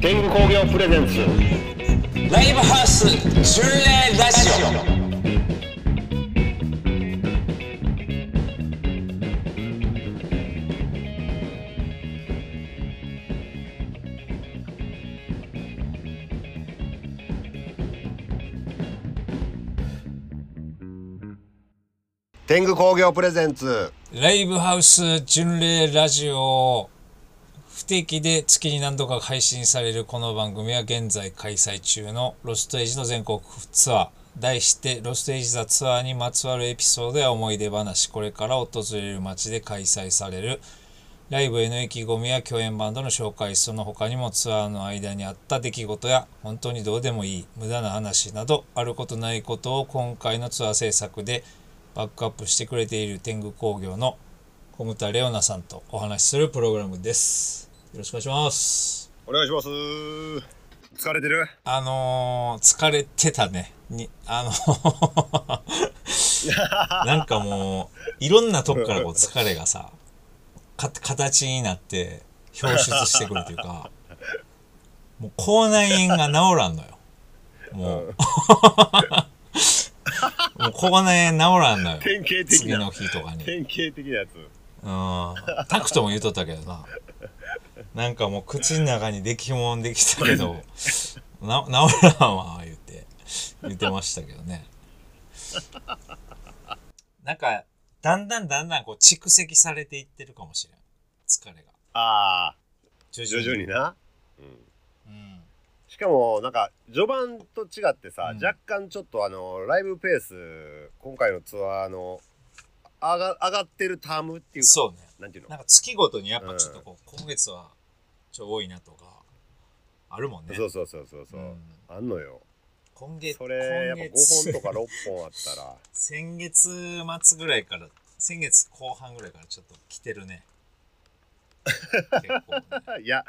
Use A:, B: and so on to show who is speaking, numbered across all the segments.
A: 天狗工業プレゼンツ
B: ライブハウス巡礼ラジオ
C: 天狗工業プレゼンツ
B: ライブハウス巡礼ラジオ不定期で月に何度か配信されるこの番組は現在開催中のロストエイジの全国ツアー題してロストエイジ・ザ・ツアーにまつわるエピソードや思い出話これから訪れる街で開催されるライブへの意気込みや共演バンドの紹介その他にもツアーの間にあった出来事や本当にどうでもいい無駄な話などあることないことを今回のツアー制作でバックアップしてくれている天狗工業の小牟田レオナさんとお話しするプログラムですよろしくお願いします
C: お願いします疲れてる
B: あのー、疲れてたねにあ のなんかもういろんなとこからこう疲れがさか形になって表出してくるというかもう口内炎が治らんのよもう もう口内炎治らんのよ
C: 典型的
B: 次
C: な
B: の日とかに
C: 典型的なやつ
B: うんタクトも言うとったけどな。なんかもう口の中にできもんできたけ ど、な、治らんわ、言って、言ってましたけどね。なんか、だんだんだんだんこう蓄積されていってるかもしれん。疲れが。
C: ああ
B: 徐
C: 徐々にな、うん、
B: うん。
C: しかもなんか序盤と違ってさ、
B: うん
C: 若干ちょっとあのライブペース今回のツアーの上が上がってるタームっていうか
B: そうね。
C: なんていうの
B: なんか月ごとにやっぱちょっとこう、今月はちょっと多いなとか、あるもんね。
C: そうそうそうそうそう、
B: うん
C: あんのよ
B: 今月、
C: それやっぱ
B: 今月
C: 5本とか6本あったら
B: 先月末ぐらいから先月後半ぐらいからちょっと来てる ね結構ね
C: いや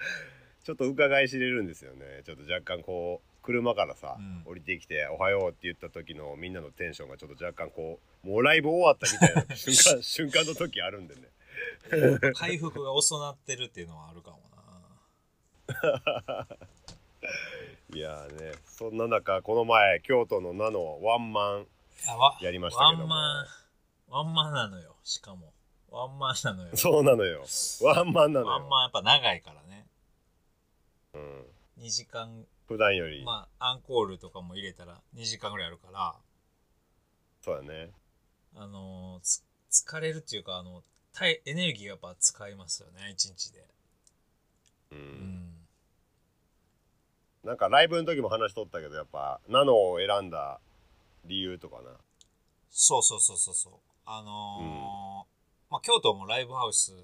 C: ちょっと伺い知れるんですよねちょっと若干こう車からさ、
B: うん
C: 降りてきて「おはよう」って言った時のみんなのテンションがちょっと若干こうもうライブ終わったみた いな瞬間瞬間の時あるんでね
B: 回復が遅なってるっていうのはあるかもない
C: やーねそんな中この前京都のナノワンマン
B: あわ
C: やりました
B: ワ
C: けど
B: ン
C: も
B: マンワンマンなのよしかもワンマンなのよ
C: そうなのよワンマンなのよ
B: ワンマンやっぱ長いからね2時間
C: 普段より、
B: まあアンコールとかも入れたら2時間ぐらいあるから
C: そうだね
B: あのーつ疲れるっていうかあの体エネルギーがやっぱ使いますよね1日で
C: う
B: うんん
C: なんかライブの時も話しとったけどやっぱナノを選んだ理由とかな
B: そうそうそうそうそう。あのーまあ、京都もライブハウス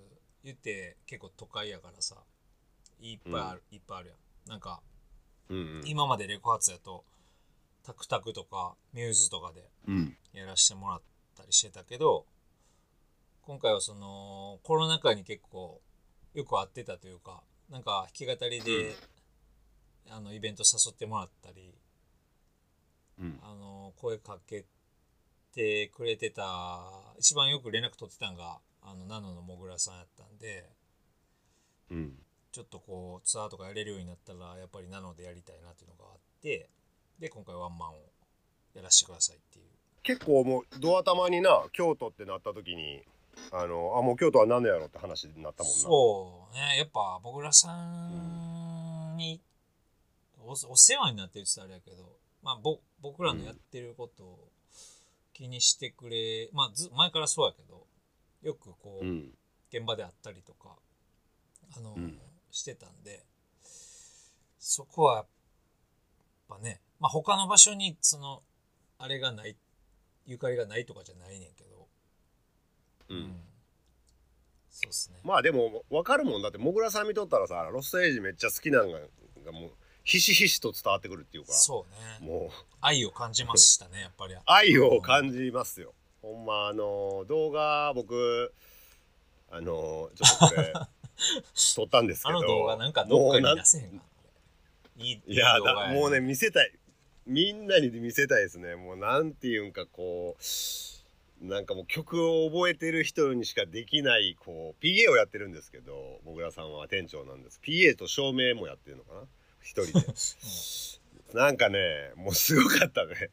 B: 言って結構都会やからさ、いっぱいある、いっぱいあるやん。なんか、
C: うんうん
B: 今までレコ発やと、タクタクとかミューズとかで
C: うん
B: やらしてもらったりしてたけど、今回はその、コロナ禍に結構よく合ってたというか、なんか弾き語りで、あの、イベント誘ってもらったり、
C: うん
B: あの声かけてくれてた一番よく連絡取ってたんがあのナノのもぐらさんやったんで
C: うん
B: ちょっとこうツアーとかやれるようになったらやっぱりナノでやりたいなっていうのがあってで今回ワンマンをやらせてくださいっていう
C: 結構もうドア玉にな京都ってなった時にあのあもう京都は何のやろって話になったもんな
B: そうねやっぱもぐらさんにおお世話になってるって言ったらあれやけど、まあ、ぼ僕らのやってることを気にしてくれ、まあず前からそうやけどよくこう、
C: うん
B: 現場であったりとか、あの、
C: うん
B: してたんで、そこは、やっぱね、まあ他の場所に、その、あれがない、ゆかりがないとかじゃないねんけど、
C: う
B: うんそうっすね。
C: まあでも分かるもんだってもぐらさん見とったらさロストエイジめっちゃ好きなんががもうひしひしと伝わってくるっていうか
B: そうね。
C: もう
B: 愛を感じましたね、やっぱり。
C: 愛を感じますよほんまあの動画僕あのちょっと これ撮ったんですけ
B: あ
C: ど
B: の動画なんかどっかに出せへんかな。いい
C: いや
B: 動画
C: だ
B: ね
C: もうね見せたいみんなに見せたいですねもうなんていうんかこうなんかもう曲を覚えてる人にしかできないこう PA をやってるんですけどもぐらさんは店長なんです PA と照明もやってるのかな一人で。なんかね、もうすごかったね。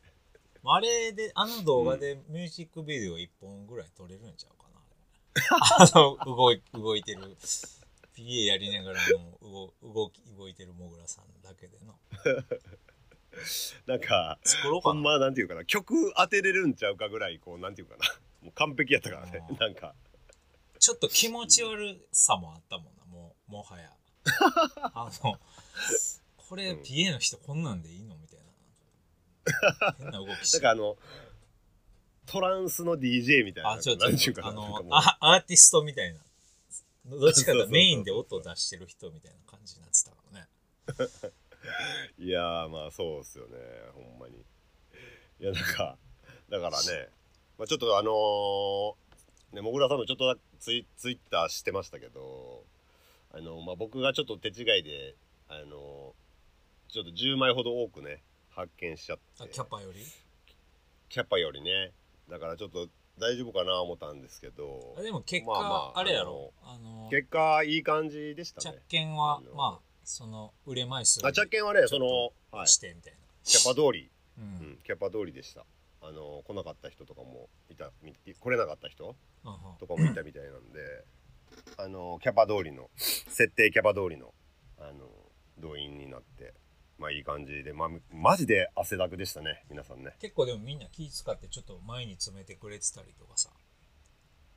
B: あれで、あの動画でミュージックビデオ1本ぐらい撮れるんちゃうかな、あれあの、動い、動いてる、PA やりながらの動、動き、動いてるもぐらさんだけでの。
C: なんか、
B: 作ろう
C: ほ
B: か
C: ん
B: な。
C: まなんていうかな、曲当てれるんちゃうかぐらい、こう、なんていうかな。もう完璧やったからね
B: あ。ー
C: なんか、
B: ちょっと気持ち悪さもあったもんな、もう、もは や。あの、これ、
C: うん
B: PA の人こんなんでいいのみたいな。変な動き
C: な
B: し
C: んかあの、トランスの DJ みたいな。
B: あ、ちょっ
C: なんていう
B: と、
C: かな
B: あ
C: なんか
B: の
C: もう、
B: あアーティストみたいな。どっちかという
C: そうそうそう
B: と
C: そう
B: メインで音出してる人みたいな感じになってたからね。
C: いやーまあそうっすよねほんまにいやなんかだからね、まあ、ちょっとあのーねもぐらさんもちょっとだツイツイッターしてましたけどあのまあ僕がちょっと手違いであのーちょっと10枚ほど多くね発見しちゃって
B: あキャパより
C: キャパよりねだからちょっと大丈夫かな思ったんですけど
B: あでも結果、
C: まあ
B: あ
C: まあ
B: れやろ。あの、
C: 結果いい感じでした
B: 着
C: ね
B: 券は
C: あ、の
B: まあ、その、売れ枚数
C: あ着券はね
B: ち
C: そ
B: ょ
C: の
B: っ、
C: はい、
B: してみたいな。
C: キャパ通り
B: う
C: うんん、キャパ通りでしたあの来なかった人とかもいたみ来れなかった人
B: うんうん
C: とかもいたみたいなんであのキャパ通りの設定キャパ通りのあの動員になってまあいい感じで、まあ、マジで汗だくでしたね皆さんね
B: 結構でもみんな気使ってちょっと前に詰めてくれてたりとかさ、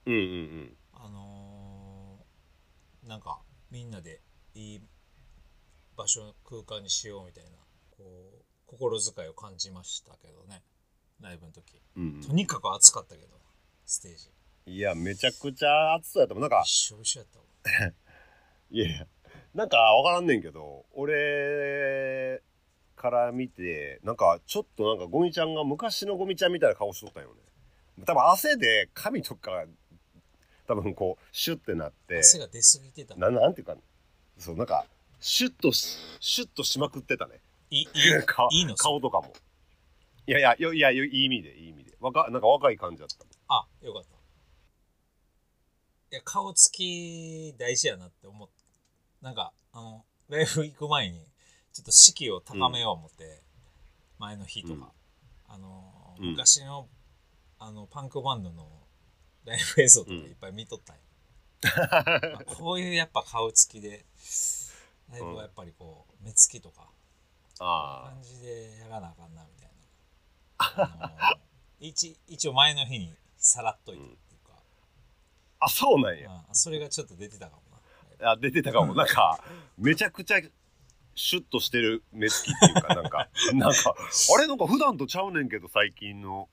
C: うんうんうん
B: あのーなんかみんなでいい場所、空間にしようみたいな、こう、心遣いを感じましたけどね、ライブの時。
C: うん
B: とにかく暑かったけど、ステージ。
C: うん、いやめちゃくちゃ暑そうやったもんなんか
B: 一緒一緒やったわ。
C: いやいやなんかわからんねんけど俺から見てなんかちょっとなんかゴミちゃんが昔のゴミちゃんみたいな顔しとったんよね多分汗で髪とか多分こうシュッてなって
B: 汗が出すぎてた。
C: ななんていうかそうなんかシュッとしシュッとしまくってたね
B: いい、い
C: 顔
B: いいのそれ
C: 顔とかもいやいやよいやよいい意味でいい意味で若なんか若い感じだった
B: あ、よかった。いや、顔つき大事やなって思っなんか、あの、ライブ行く前に、ちょっと士気を高めよう思って、前の日とか、あの、
C: うん
B: 昔の、あの、パンクバンドのライブ映像とかいっぱい見とったんよまあこういうやっぱ顔つきで、ライブはやっぱりこう、目つきとか、
C: あ
B: 感じでやらなあかんなみたいな。あの一一応前の日にさらっといたっていうか、
C: ああそうなんや
B: うんそれがちょっと出てたかもな。
C: あ出てたかも、なんかめちゃくちゃシュッとしてる目つきっていうかな んかなんかあれなんか普段とちゃうねんけど最近の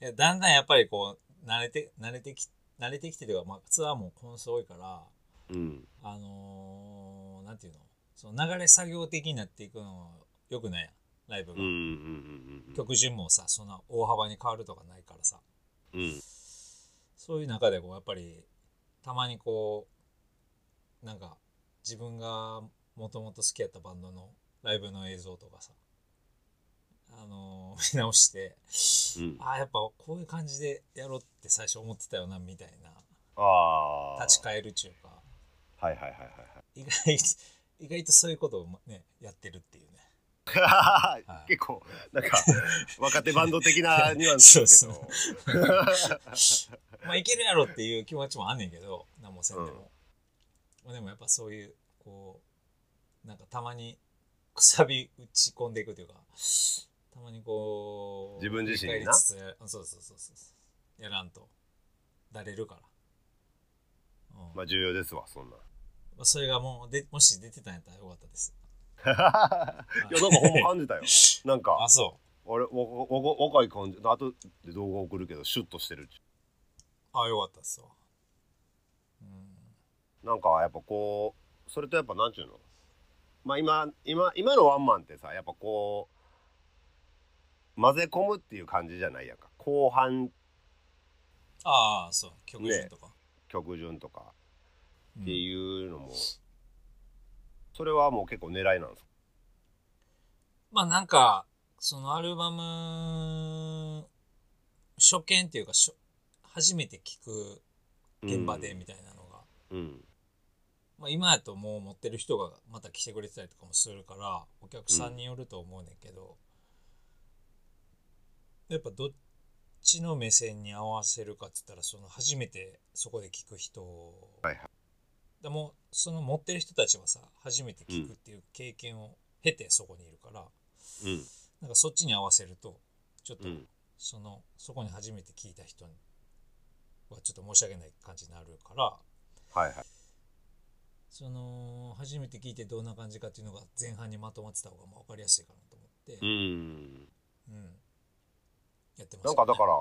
B: いやだんだんやっぱりこう慣れて慣れてき慣れてきてというか、まあ、ツアーも本数多いから、
C: うん
B: あのーなんていうのその流れ作業的になっていくのはよくないやんライブ
C: うんう
B: が、
C: んうんうん
B: 曲順もさそんな大幅に変わるとかないからさ
C: うん
B: そういう中でこうやっぱりたまにこうなんか自分がもともと好きやったバンドのライブの映像とかさあのー 見直して、
C: うん
B: ああやっぱこういう感じでやろうって最初思ってたよなみたいな
C: ああ
B: 立ち返るっちゅうか
C: はいはいはいはい
B: 意外と意外とそういうことをねやってるっていうね
C: はい
B: はい
C: 結構なんか若手バンド的なニュアンスですけど
B: そうまあいけるやろっていう気持ちもあんねんけど何もせんでも、まあでもやっぱそういうこうなんかたまにくさび打ち込んでいくというかたまにこう
C: 自分自身にな
B: 振り返りつつやそうそうそうそうやらんとだれるから、うん
C: ま
B: ま
C: あ重要ですわそ んな
B: あ、それがもうでもし出てたんやったらよかったです
C: いやなんかほんま感じた よなんか
B: あそう
C: あれわわ若い感じあとで動画送るけどシュッとしてる
B: あよかったっすわうん
C: なんかやっぱこうそれとやっぱなんちゅうのまあ今今今のワンマンってさやっぱこう混ぜ込むっていう感じじゃないやんか後半
B: ああそう曲順とか、
C: 曲順とか
B: うん
C: っていうのも、それはもう結構狙いなんですか
B: まあなんか、そのアルバム、初見っていうか、初初めて聞く現場でみたいなのが、
C: うん
B: まあまあ、今やともう持ってる人がまた来てくれてたりとかもするからお客さんによると思うねんけど、やっぱどっちの目線に合わせるかって言ったらその初めてそこで聞く人、
C: はいはい
B: でもその持ってる人たちはさ初めて聞くっていう経験を経てそこにいるから、
C: うん
B: なんかそっちに合わせるとちょっと
C: うん
B: そのそこに初めて聞いた人にはちょっと申し訳ない感じになるから
C: はいはい
B: その初めて聞いてどんな感じかっていうのが前半にまとまってた方がまあ分かりやすいかなと思って、
C: うん
B: うんやってました、
C: なんかだから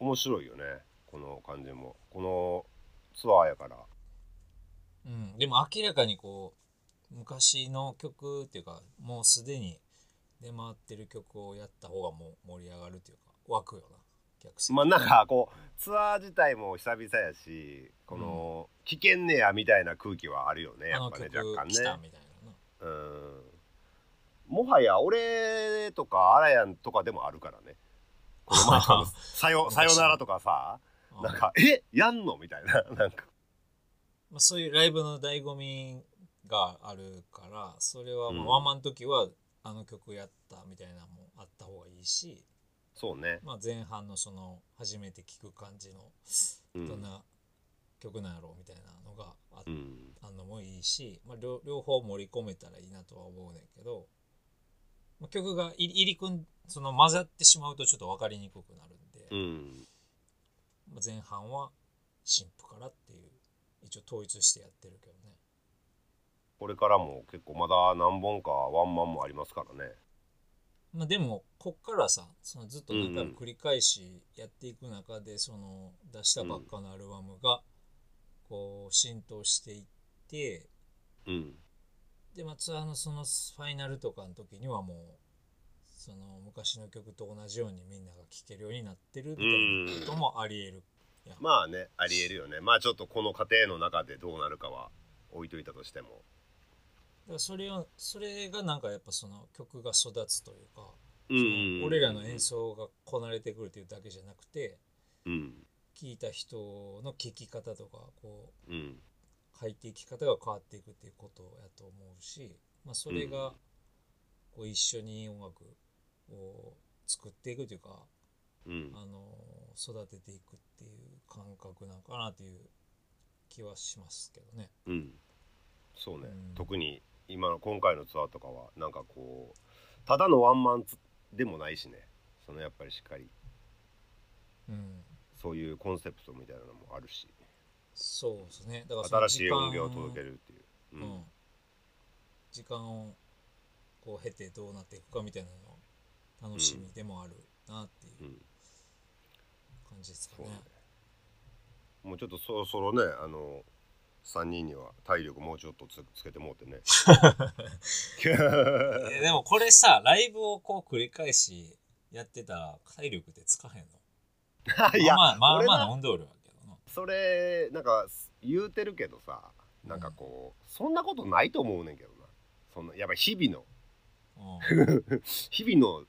C: 面白いよねこの感じもこのツアーやから
B: うん、でも明らかにこう昔の曲っていうかもうすでに出回ってる曲をやった方がもう盛り上がるっていうか湧くよな客席
C: まあなんかこうツアー自体も久々やしこの「危険ねや」みたいな空気はあるよね
B: あ
C: や
B: の
C: っぱね
B: 曲
C: 若干
B: 来た
C: ね
B: みたいなな
C: うんもはや俺とかあらやんとかでもあるから ねこの前とかのさよ「さよなら」とかさ
B: あ
C: なん か「えやんの?」みたいななんか
B: まあ、そういうライブの醍醐味があるからそれはも
C: うん
B: うワンマンの時はあの曲やったみたいなのもあった方がいいし、
C: そうね
B: まあ、前半のその初めて聴く感じの
C: う
B: どん
C: ん、
B: な曲なんやろうみたいなのがあ,、
C: うん、
B: あんのもいいし、まあ、両両方盛り込めたらいいなとは思うねんけど、まあ、曲が入り入り組んその混ざってしまうとちょっと分かりにくくなるんで、
C: うん、
B: まあ、前半は新婦からっていう一応統一してやってるけどね。
C: これからも結構まだ何本かワンマンもありますからね
B: まあ、でもこっからさそのずっと何回も繰り返しやっていく中で、その出したばっかのアルバムがこう浸透していって
C: うん
B: で、まあ、ツアーのそのファイナルとかの時にはもうその昔の曲と同じようにみんなが聴けるようになってるみたいなこともありえる、
C: まあねありえるよねまあちょっとこの過程の中でどうなるかは置いといたとしても
B: だからそれをそれがなんかやっぱその曲が育つというか、
C: うん
B: その俺らの演奏がこなれてくるというだけじゃなくて
C: うん
B: 聴いた人の聴き方とかこう
C: うん
B: 書いていき方が変わっていくっていうことやと思うし、まあ、それ
C: うん
B: がこう一緒に音楽を作っていくというか、
C: うん
B: あの育てていくっていう感覚なんかなという気はしますけどね。
C: うんそうね、
B: うん
C: 特に今の今回のツアーとかはなんかこうただのワンマンツでもないしねそのやっぱりしっかり
B: うん、
C: そういうコンセプトみたいなのもあるし
B: そうですねだから
C: 新しい音源を届け
B: る、
C: るっていう、う
B: うんん時間をこう経てどうなっていくかみたいなの楽しみでもあるなっていううん感じですか
C: そ
B: ね
C: うね。もうちょっとそろそろねあの3人には体力もうちょっとつつけてもう てね
B: えでもこれさライブをこう繰り返しやってたら体力ってつかへんの
C: いや
B: まあまあまあ
C: 俺
B: まあ
C: な
B: な運動量やけどな
C: それなんか言うてるけどさなんかこう、そんなことないと思うねんけどなそのやっぱ日々の、
B: うん
C: 日々の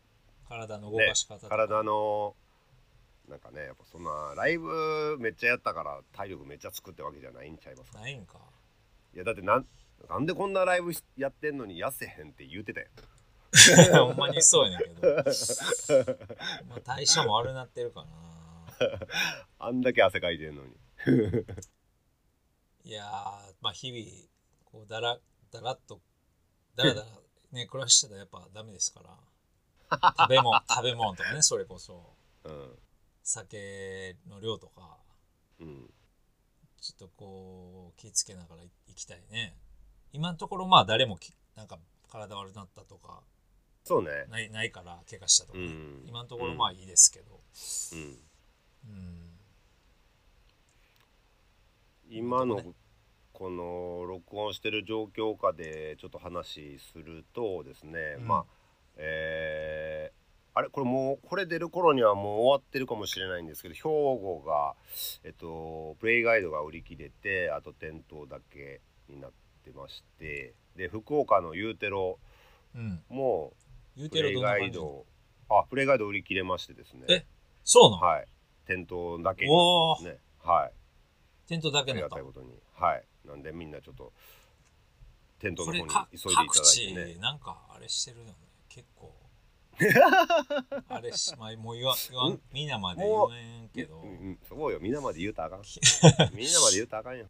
B: 体の動かし方とか、
C: 体のなんかねやっぱそんなライブめっちゃやったから体力めっちゃつくってわけじゃないんちゃいますか
B: ないんか
C: いやだってなんなんでこんなライブしやってんのに痩せへんって言うてたよ
B: ほんまにそうやねんけどまあ代謝も悪なってるかな
C: あんだけ汗かいてんのに
B: いやーまあ日々こうだらだらっとだらだらね暮らしてたらやっぱダメですから 食べ物食べ物とかねそれこそ
C: うん
B: 酒の量とか
C: うん
B: ちょっとこう気ぃつけながら行きたいね今のところまあ誰もきなんか体悪なったとか
C: そうね
B: ないないから怪我したとか、
C: う
B: ね
C: ん
B: 今のところまあいいですけど、
C: うん
B: うん
C: 今の
B: ね
C: この録音してる状況下でちょっと話するとですね、
B: うん
C: まあえーあれこれもうこれ出る頃にはもう終わってるかもしれないんですけど兵庫が、えっと、プレイガイドが売り切れてあと店頭だけになってましてで福岡のユーテロ
B: うん、
C: も
B: 言う
C: プ
B: て
C: レ
B: るど
C: イ
B: んな
C: ガイ
B: 感じ
C: ドあプレイガイド売り切れましてですね
B: えそうなの、
C: はい店頭だけにな
B: おお
C: ってますねはい
B: テントだけ
C: あり
B: だ
C: が
B: った
C: たいことにはいなんでみんなちょっとテント
B: こ
C: の方
B: れ
C: に
B: か
C: 急いで
B: 各
C: いただい
B: 地
C: てね。
B: なんかあれしてるよね結 構あれしまいもう言わん言わん皆まで言わんけど
C: うんうん、そうよ、みんなまで言うたらあ かん。
B: き
C: みんなまで言うたらあかんよ。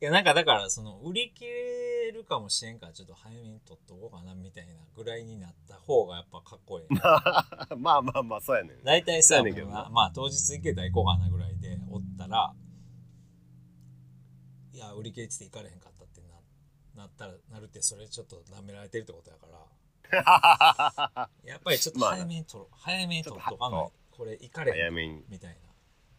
B: いやなんかだからその売り切れるかもしれんからちょっと早めに取っとこうかなみたいなぐらいになった方がやっぱかっこいい。
C: まあまあまあ、そうやねん。
B: 大体さ、
C: そう
B: も
C: やねんけ
B: う
C: どな
B: なまあ当日行けたら行こうかなぐらいでおったら、いや、売り切れてて行かれへんかったってななったら、なるってそれちょっと舐められてるってことやから、 やっぱりちょっと
C: まあね
B: 早めに取ろう。早めに取っと
C: ちょ
B: か
C: っとは
B: ない。これ行かれへ
C: 早
B: ん
C: めに。
B: みたいな。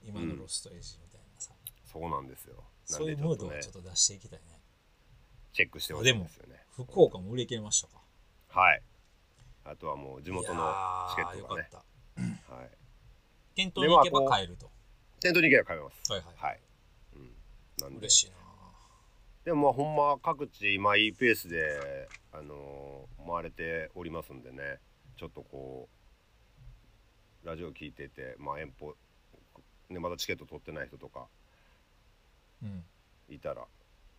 B: 今のロストエイジみたいなさ、
C: そうなんですよ。
B: そういう
C: なん
B: ムー
C: で
B: ドを
C: ね
B: ちょっと出していきたいね。
C: チェックしてほしいんですよね。
B: 福岡も売り切れましたか
C: はい。あとはもう地元
B: い
C: の
B: や
C: チケ
B: ー
C: ットが
B: よ
C: ね
B: か。った。
C: はい。
B: 店頭に行けば
C: でまあこう
B: 買えると。
C: テントに行けば買えます。
B: はいはい。
C: はい。うん。なんで
B: 嬉。しいな
C: でもまあほんま各地今いいペースであのー回れておりますんでね。ちょっとこうラジオ聞いててまあ遠方ねまだチケット取ってない人とか
B: うん。
C: いたら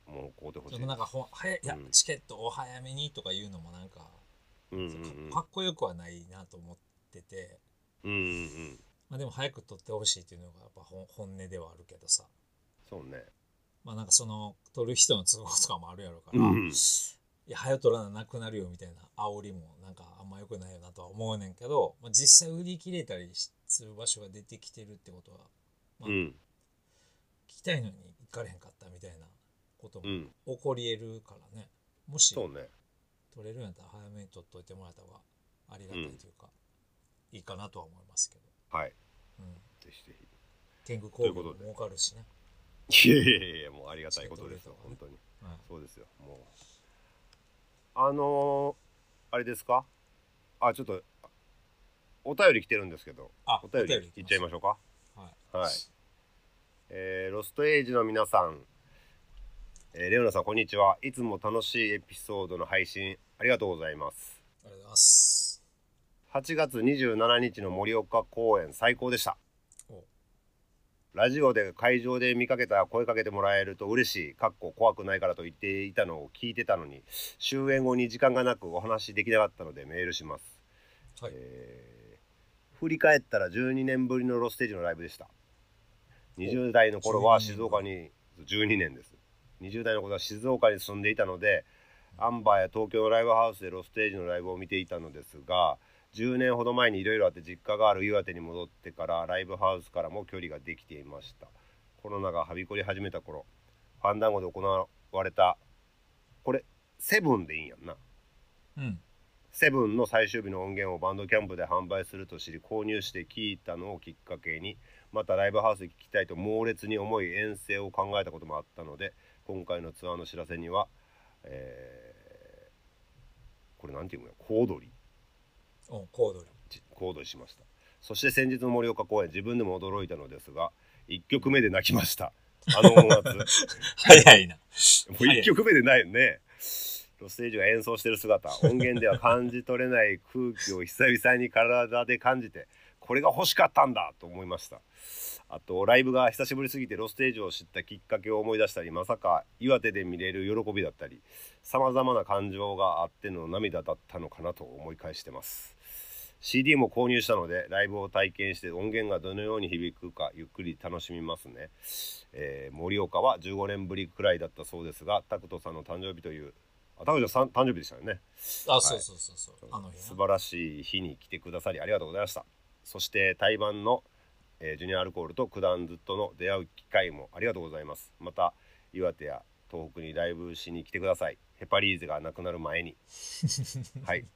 C: もう買うてほし
B: で
C: い。
B: もなんかほん早いいや、
C: うん
B: チケットお早めにとか言うのもなんか、
C: うんうんう
B: そ
C: ん
B: うかかっこよくはないなと思ってて、
C: うんうんうん。
B: まあ、でも早く取ってほしいっていうのがやっぱ本本音ではあるけどさ
C: そうね。
B: まあなんかその取る人の都合とかもあるやろから、
C: うん
B: いや早取らななくなるよみたいな煽りもなんかあんま良くないよなとは思うねんけど、まあ、実際売り切れたりする場所が出てきてるってことはまあ
C: うん
B: 聞きたいのに行かれへんかったみたいなこと
C: う
B: も
C: ん。
B: 起こり得るからね、もし
C: そうね。
B: 取れるんやったら早めに取っといてもらった方がありがたいというか、いいかなとは思いますけど、
C: はい。
B: うん、
C: ぜひぜひ。
B: 天狗工業
C: というこ
B: も
C: とで
B: 儲かるしね、
C: いやいやいやいやもうありがたいことですよ
B: チケ
C: 本
B: ッ
C: 当に
B: はい、
C: そうですよもうあのー、あれですかあちょっとお便り来てるんですけど
B: あ
C: お便りいっちゃいましょうか
B: すはい
C: はいえーロストエイジの皆さん、えーレオナさんこんにちはいつも楽しいエピソードの配信ありがとうございます
B: ありがとうございます
C: 8月27日の盛岡公演最高でした
B: お
C: ラジオで会場で見かけたら声かけてもらえると嬉しいかっこ怖くないからと言っていたのを聞いてたのに終演後に時間がなくお話しできなかったのでメールします、
B: はい、
C: えー振り返ったら12年ぶりのロステージのライブでした20代の頃は静岡に12年です20代の頃は静岡に住んでいたのでアンバーや東京のライブハウスでロステージのライブを見ていたのですが10年ほど前にいろいろあって実家がある岩手に戻ってからライブハウスからも距離ができていましたコロナがはびこり始めた頃ファンダンゴで行われたこれセブンでいいんやんな
B: うん
C: セブンの最終日の音源をバンドキャンプで販売すると知り購入して聴いたのをきっかけにまたライブハウスで聴きたいと猛烈に思い遠征を考えたこともあったので今回のツアーの知らせには、えーこれなんていうのよ小躍り
B: おコードリ
C: ち小躍りしましたそして先日の盛岡公演自分でも驚いたのですが1曲目で泣きましたあの音圧も
B: 早いな
C: う1曲目でないよねロステージが演奏してる姿音源では感じ取れない空気を久々に体で感じてこれが欲しかったんだと思いましたあとライブが久しぶりすぎてロステージを知ったきっかけを思い出したりまさか岩手で見れる喜びだったりさまざまな感情があっての涙だったのかなと思い返してます CD も購入したのでライブを体験して音源がどのように響くかゆっくり楽しみますねえー盛岡は15年ぶりくらいだったそうですがタクトさんの誕生日というあタクトさん誕生日でしたよね
B: あそうそうそうそう、あの日
C: 素
B: な
C: 晴らしい日に来てくださりありがとうございましたそして対バンの、えージュニアアルコールと九段ずっとの出会う機会もありがとうございますまた岩手や東北にライブしに来てくださいヘパリーゼがなくなる前 にはい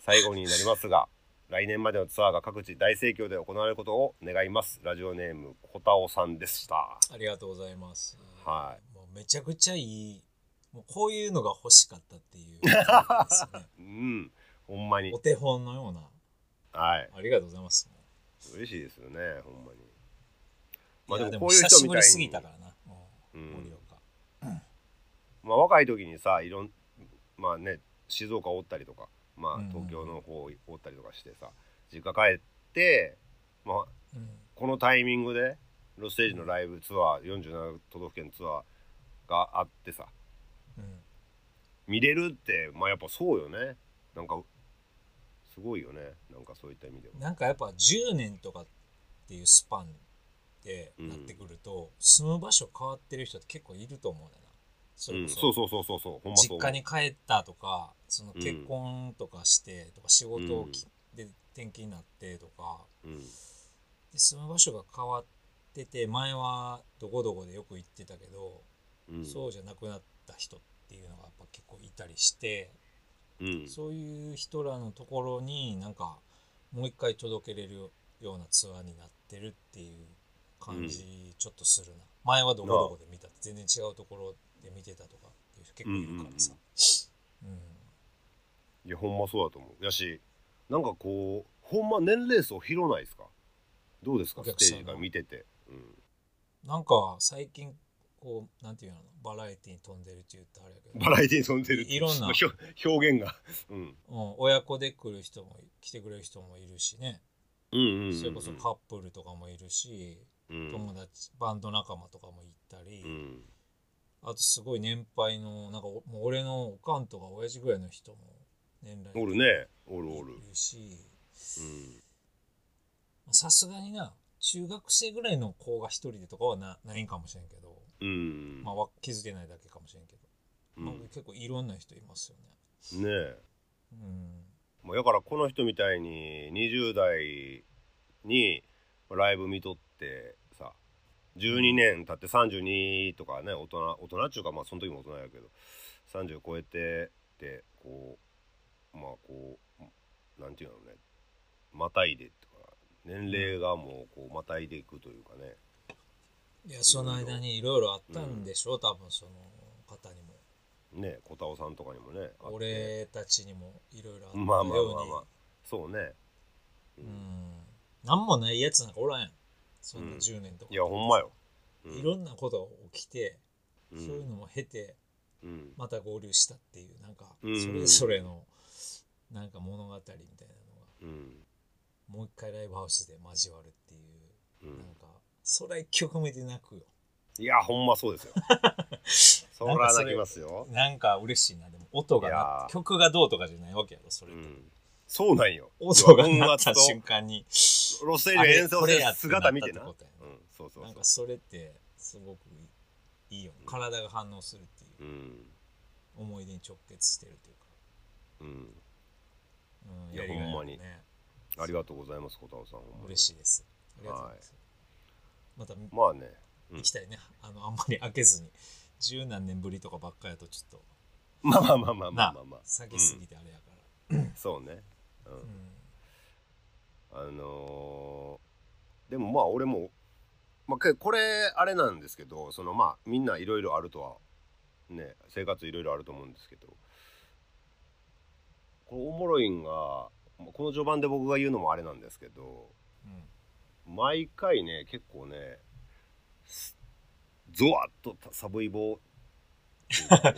C: 最後になりますが来年までのツアーが各地大盛況で行われることを願いますラジオネームこたおさんでした
B: ありがとうございます
C: はい
B: もうめちゃくちゃいいもうこういうのが欲しかったって いう感じですね
C: うんほんまに
B: お手本のような
C: はい
B: ありがとうございます
C: 嬉しいですよねほんまにまあ
B: いや
C: でもこういう
B: 久
C: 人
B: し
C: み
B: ぶり
C: たい
B: すぎ
C: に
B: たからなう
C: うん
B: ん盛岡
C: まあ、若い時にさいろんまあね静岡おったりとか、ま
B: う
C: あ
B: んうん、
C: 東京の方おったりとかしてさ実家帰って、まあ、
B: うん
C: このタイミングでロステージのライブツアー47都道府県ツアーがあってさ
B: うん
C: 見れるってまあやっぱそうよねなんかすごいよねなんかそういった意味では
B: なんかやっぱ10年とかっていうスパンでなってくると、住む場所変わってる人って結構いると思うんだよな。それ
C: うん、
B: こそ
C: そうそうそうそうそうほんまそう
B: 実家に帰ったとかその結婚とかしてとか仕事をき、で転勤になってとか
C: うん
B: で住む場所が変わってて前はどこどこでよく行ってたけど、
C: うん
B: そうじゃなくなった人っていうのがやっぱ結構いたりして、
C: うん
B: そういう人らのところになんかもう一回届けれるようなツアーになってるっていう感じちょっとするな、前はどこどこで見たって全然違うところで見てたとかっていう人結構いるからさ、うん
C: いやほんまそうだと思うやしなんかこうほんま年齢層広ないですかどうですか
B: お
C: ス
B: 客
C: テ
B: さんの
C: ージが見てて、うん、
B: なんか最近こうなんていうのバラエティに飛んでるって言ったらあれやけど
C: バラエティに飛んでるってう
B: いろんな
C: 表表現が、うん、
B: うん、親子で来る人も来てくれる人もいるしね、
C: うんうんうんうん
B: それこそカップルとかもいるし、
C: うん
B: 友達バンド仲間とかもいたり、
C: うん
B: あとすごい年配のなんかおもう俺のおかんとか親父ぐらいの人も年代
C: おるねおるおる
B: いるしまあさすがにな中学生ぐらいの子が一人でとかはなないんかもしれんけど、
C: うんうん
B: まあ、わ気づけないだけかもしれんけど、
C: うん
B: まあ、結構いろんな人いますよね。
C: ねえ
B: うん
C: まあだからこの人みたいに20代にライブ見とってさ12年経って32とかね大人大人っちゅうかまあその時も大人やけど30超えてってこうまあこうなんていうのねまたいでとか年齢がもうこうまたいでいくというかね
B: いやその間にいろいろあったんでしょう、多分その方にも
C: ね小太郎さんとかにもねあって
B: 俺たちにもいろいろあったように、
C: まあまあまあまあそうね
B: うん何もないやつなんかおらんやんそんな10年とか、
C: いやほんまよ、うん
B: いろんなことが起きて、
C: うん
B: そういうのも経て
C: うん
B: また合流したっていうなんか
C: うん
B: それぞれのなんか物語みたいなの
C: うん
B: がもう一回ライブハウスで交わるっていううんなんかそれ一曲目で泣くよ
C: いや、ほんまそうですよ。 そら泣きますよ。
B: なんか嬉しいなでも音が
C: いや
B: な
C: ー
B: 曲がどうとかじゃないわけやろそれ
C: う
B: って、
C: ん。そうなんよ。
B: 音が鳴っ
C: 音
B: た
C: 楽と
B: 瞬間に
C: ロスエリ
B: あ
C: ア
B: れ
C: 演奏
B: こ
C: す
B: れ
C: る
B: やってなった
C: 姿
B: っ
C: 見
B: て
C: てな。う
B: こ
C: ん
B: とや、
C: そうそう
B: ななんか
C: そ。
B: それってすごくいいいいよね体が反応するっていう
C: うん。
B: う思い出に直結してるというか、
C: うん。
B: うん、
C: いや
B: りがいある
C: ほんまに
B: ね
C: ありがとうございます、小太郎さん。ほんまに
B: 嬉しいです。ありがとうございます。また
C: まあね。
B: 行きたいね。あの、あんまり開けずに。十何年ぶりとかばっかやとちょっ
C: まあまあまあまあ
B: と、
C: ま
B: な
C: あまあまあ。
B: 先すぎてあれやから。
C: うんそうね。う。
B: うんん。
C: あのーでもまあ俺も、まあけ、これあれなんですけどそのまあみんないろいろあるとはね生活いろいろあると思うんですけどこれおもろいんがまあこの序盤で僕が言うのもあれなんですけど
B: うん。
C: 毎回ね結構ねすゾワッとサブイボっていうかこう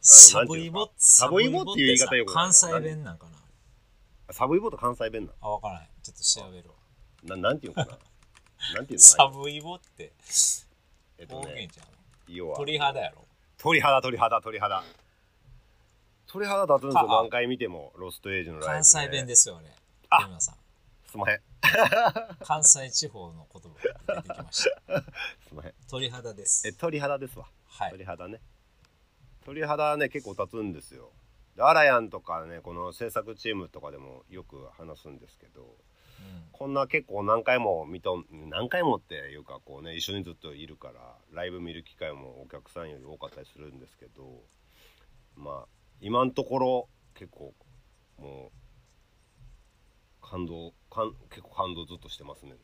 B: サブイボ
C: サブイボっていう言い方よくない
B: 関西弁なんかな
C: サブイボと関西弁
B: あ、わからない。ちょっと調べるわ。
C: なんななんていうのかななんていうのあ
B: サ
C: れ
B: ブイボって
C: えっ
B: 方
C: とね
B: 言じゃん。
C: 要は
B: 鳥肌やろ。
C: 鳥肌鳥肌鳥肌鳥肌立つんですよ
B: ああ
C: 何回見てもロストエイジのライブ、ね、
B: 関西弁ですよ、あれ。
C: あ
B: 皆さん。
C: すんまへん
B: 関西地方の言葉が出てきま した。
C: すんまへん
B: 鳥肌で
C: え
B: す。
C: 鳥肌ですわ
B: はい。
C: 鳥肌ね鳥肌ね結構立つんですよでアラヤンとかねこの制作チームとかでもよく話すんですけど
B: うん
C: こんな結構何回も見とん何回もっていうかこうね一緒にずっといるからライブ見る機会もお客さんより多かったりするんですけどまあ今のところ結構もう感動感結構感動ずっとしてますね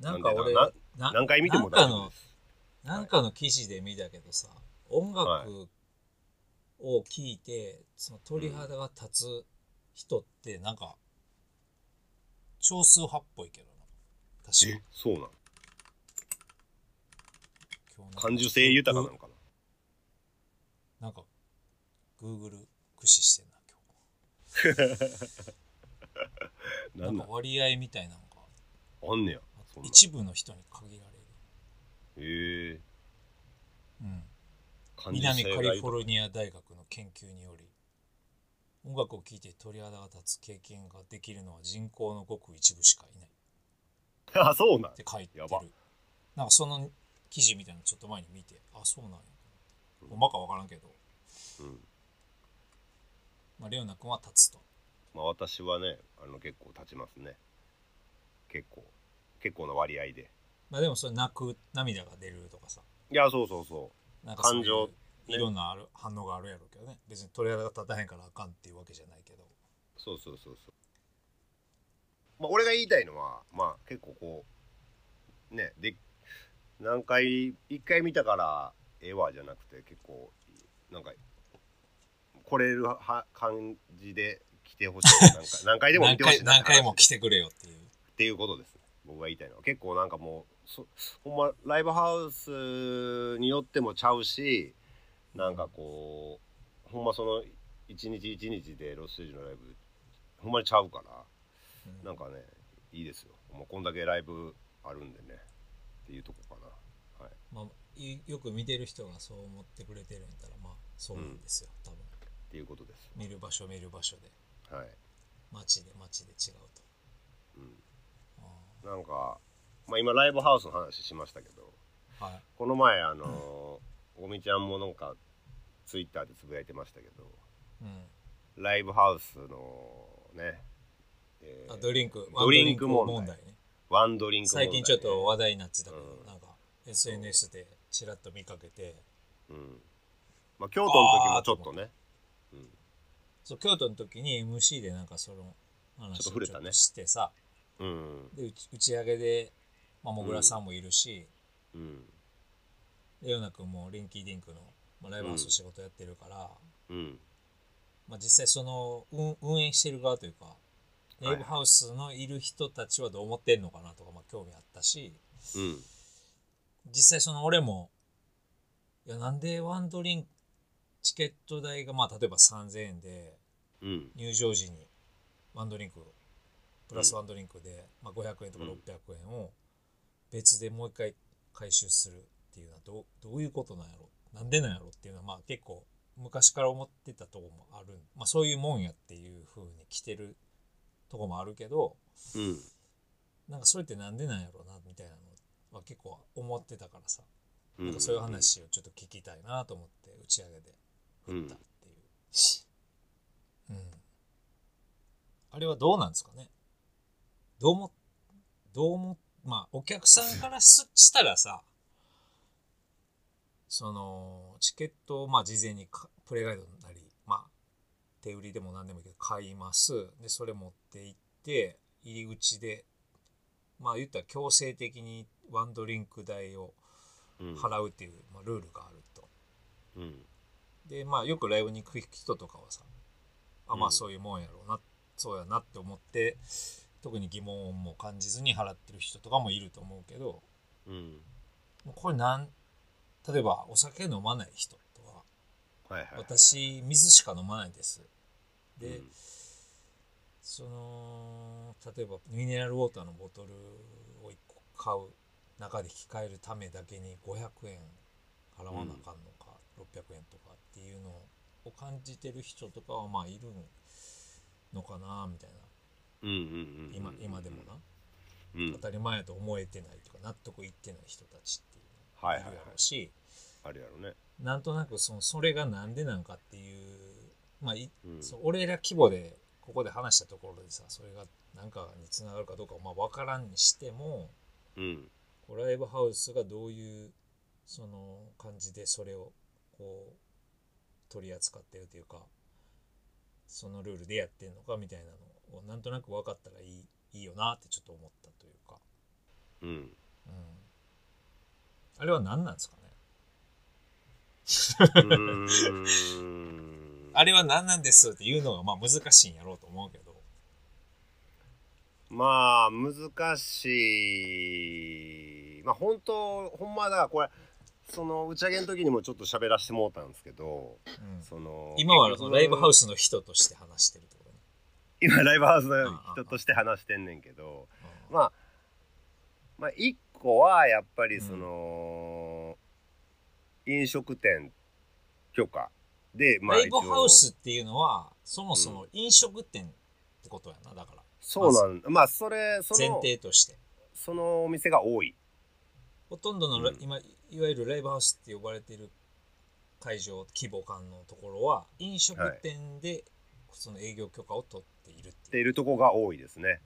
C: な
B: な
C: んかね
B: んか俺、
C: なんで
B: な
C: 何回見ても
B: な
C: 大
B: んか
C: 丈夫
B: の
C: です
B: なんかの記事で見たけどさ、音
C: は
B: 楽を聴いて、その鳥肌が立つ人って、なんか、少数派っぽいけどな。確
C: え
B: か
C: そうなの
B: 今日なんか
C: 感受性豊かなのかな
B: なんか、Google 駆使してんな、今
C: な
B: 日。
C: ん
B: な
C: なん
B: んか割合みたいなのが、
C: あんねやそんなん
B: 一部の人に限られる。
C: へえ
B: うん、
C: 感受
B: 南
C: 性
B: カ
C: が
B: リフォ
C: 豊か
B: ルニア大学の研究により音楽を聴いて鳥肌が立つ経験ができるのは人口のごく一部しかいないっ
C: あ、そうなん。
B: て書いてる
C: やば
B: なんかその記事みたいなのちょっと前に見てあそうなんやほんまか分からんけど、
C: うん。
B: まあ、レオナ君は立つと
C: まあ私はね、あの結構立ちますね。結構。結構な割合で。
B: まあでもそれ泣く涙が出るとかさ
C: いや、そうそうそ
B: なんかそういう
C: 感情ね
B: いろんなある反応があるやろうけどね別に鳥肌が立たへんからあかんっていうわけじゃないけど
C: う。そうそうそうそう。まあ俺が言いたいのは、まあ結構こう、ね、で、何回、一回見たから、ええわじゃなくて、結構、なんか、来れるは感じで来てほしい。なんか何回でも見
B: 何
C: てほし
B: 回
C: いなって話。
B: 何回も来てくれよっていう
C: っていうことですね僕が言いたいのは結構なんかもうそほんまライブハウスによってもちゃうしなんかこうほんまその一日一日でロスステージのライブほんまにちゃうから
B: うん
C: なんかねいいですよもうこんだけライブあるんでねっていうとこかな
B: まあ、いよく見てる人がそう思ってくれてるんやったらまあそうなんですよ、多分
C: っていうことです
B: 見る場所見る場所で
C: はい、
B: 街で街で違うと
C: う
B: あ
C: ん、なんかまあ今ライブハウスの話しましたけど
B: ーはい
C: この前あのゴミちゃんもなんかツイッターでつぶやいてましたけど
B: うん
C: ライブハウスのね、えー
B: あドリンク
C: ドリンク問題
B: ワンドリンクね
C: ワンドリンク問題
B: 最近ちょっと、話題になってたけど、
C: うん
B: なんか SNS でちらっと見かけて
C: うんまあ、京都の時もちょっとね、うん、
B: そう京都の時に MC でなんかその話を
C: ちょっと触れた
B: ち
C: ね
B: ょっとしてさ
C: うん、
B: で打ち打ち上げで、まあ、もぐらさんもいるし、
C: うん、
B: でヨナ君もリンキーリンクの、まあ、ライブハウスの仕事やってるから、
C: うん、
B: まあ、実際その運運営してる側というか
C: い
B: ライブハウスのいる人たちはどう思ってんのかなとか、まあ、興味あったし
C: うん、
B: 実際その俺もいやなんでワンドリンクチケット代がまあ例えば3000円で
C: うん、
B: 入場時にワンドリンクプラス
C: うん
B: ワンドリンクで、まあ、500円とか
C: うん
B: 600円を別でもう一回回収するっていうのはどうどういうことなんやろなんでなんやろっていうのはまあ結構昔から思ってたとこもある、まあ、そういうもんやっていう風に来てるとこもあるけど
C: うん、
B: なんかそれってなんでなんやろなみたいなのは結構思ってたからさ
C: うん、
B: なんかそういう話をちょっと聞きたいなと思って打ち上げで振ったっていう、うんあれはどうなんですかねどうもどうもまあお客さんからすしたらさそのチケットをまあ事前にかプレイガイドなりまあ手売りでも何でもいいけど買いますでそれ持って行って入り口でまあ言ったら強制的にワンドリンク代を
C: うん、
B: 払うっていう、まあ、ルールがあると。
C: うん、
B: で、まあよくライブに行く人とかはさ、あ、まあ
C: うん
B: そういうもんやろうな、そうやなって思って、特に疑問も感じずに払ってる人とかもいると思うけど、
C: うん、
B: もうこれなん、例えばお酒飲まない人とか、
C: はいはい、
B: 私水しか飲まないです。
C: うん、
B: で、その、例えばミネラルウォーターのボトルを1個買う中で引き換えるためだけに500円払わなあかんのか、600円とかっていうのを感じてる人とかはまあいるのかなみたいな
C: うん、うん、うん、
B: 今今でもな
C: うん、
B: 当たり前やと思えてないとか納得いってない人たちっていうの
C: は
B: が
C: い
B: い
C: はい
B: る
C: はい
B: やろうし、
C: あるやろね、
B: なんとなくそのそれがなんでなんかっていうまあい
C: うん、
B: そう俺ら規模でここで話したところでさそれが何かにつながるかどうかはまあ分からんにしても
C: うん、
B: こうライブハウスがどういうその感じでそれをこう取り扱ってるというかそのルールでやってんのかみたいなのをなんとなく分かったらいいいいよなってちょっと思ったというか、
C: う ん、
B: うん、あれは何なんですかね
C: うーん
B: あれは何なんですっていうのがまあ難しいんやろうと思うけど
C: まあ難しいまあ本当ほんまだからこれその打ち上げの時にもちょっと喋らしてもうたんですけど
B: うん
C: その
B: 今は
C: 結局
B: ライブハウスの人として話してるってことね。
C: 今ライブハウスの人として話してんねんけど
B: うん
C: まあまあ一個はやっぱりその、飲食店許可で、まあ、
B: ライブハウ
C: 一応
B: スっていうのは、そもそも飲食店ってことやな、だから。
C: そうなんまあそれそ
B: 前
C: の
B: 提として。
C: そのお店が多い
B: ほとんどのラ、
C: うん
B: 今、いわゆるライブハウスって呼ばれてる会場、規模感のところは、飲食店で、その営業許可を取っているっていう
C: っているとこが多いですね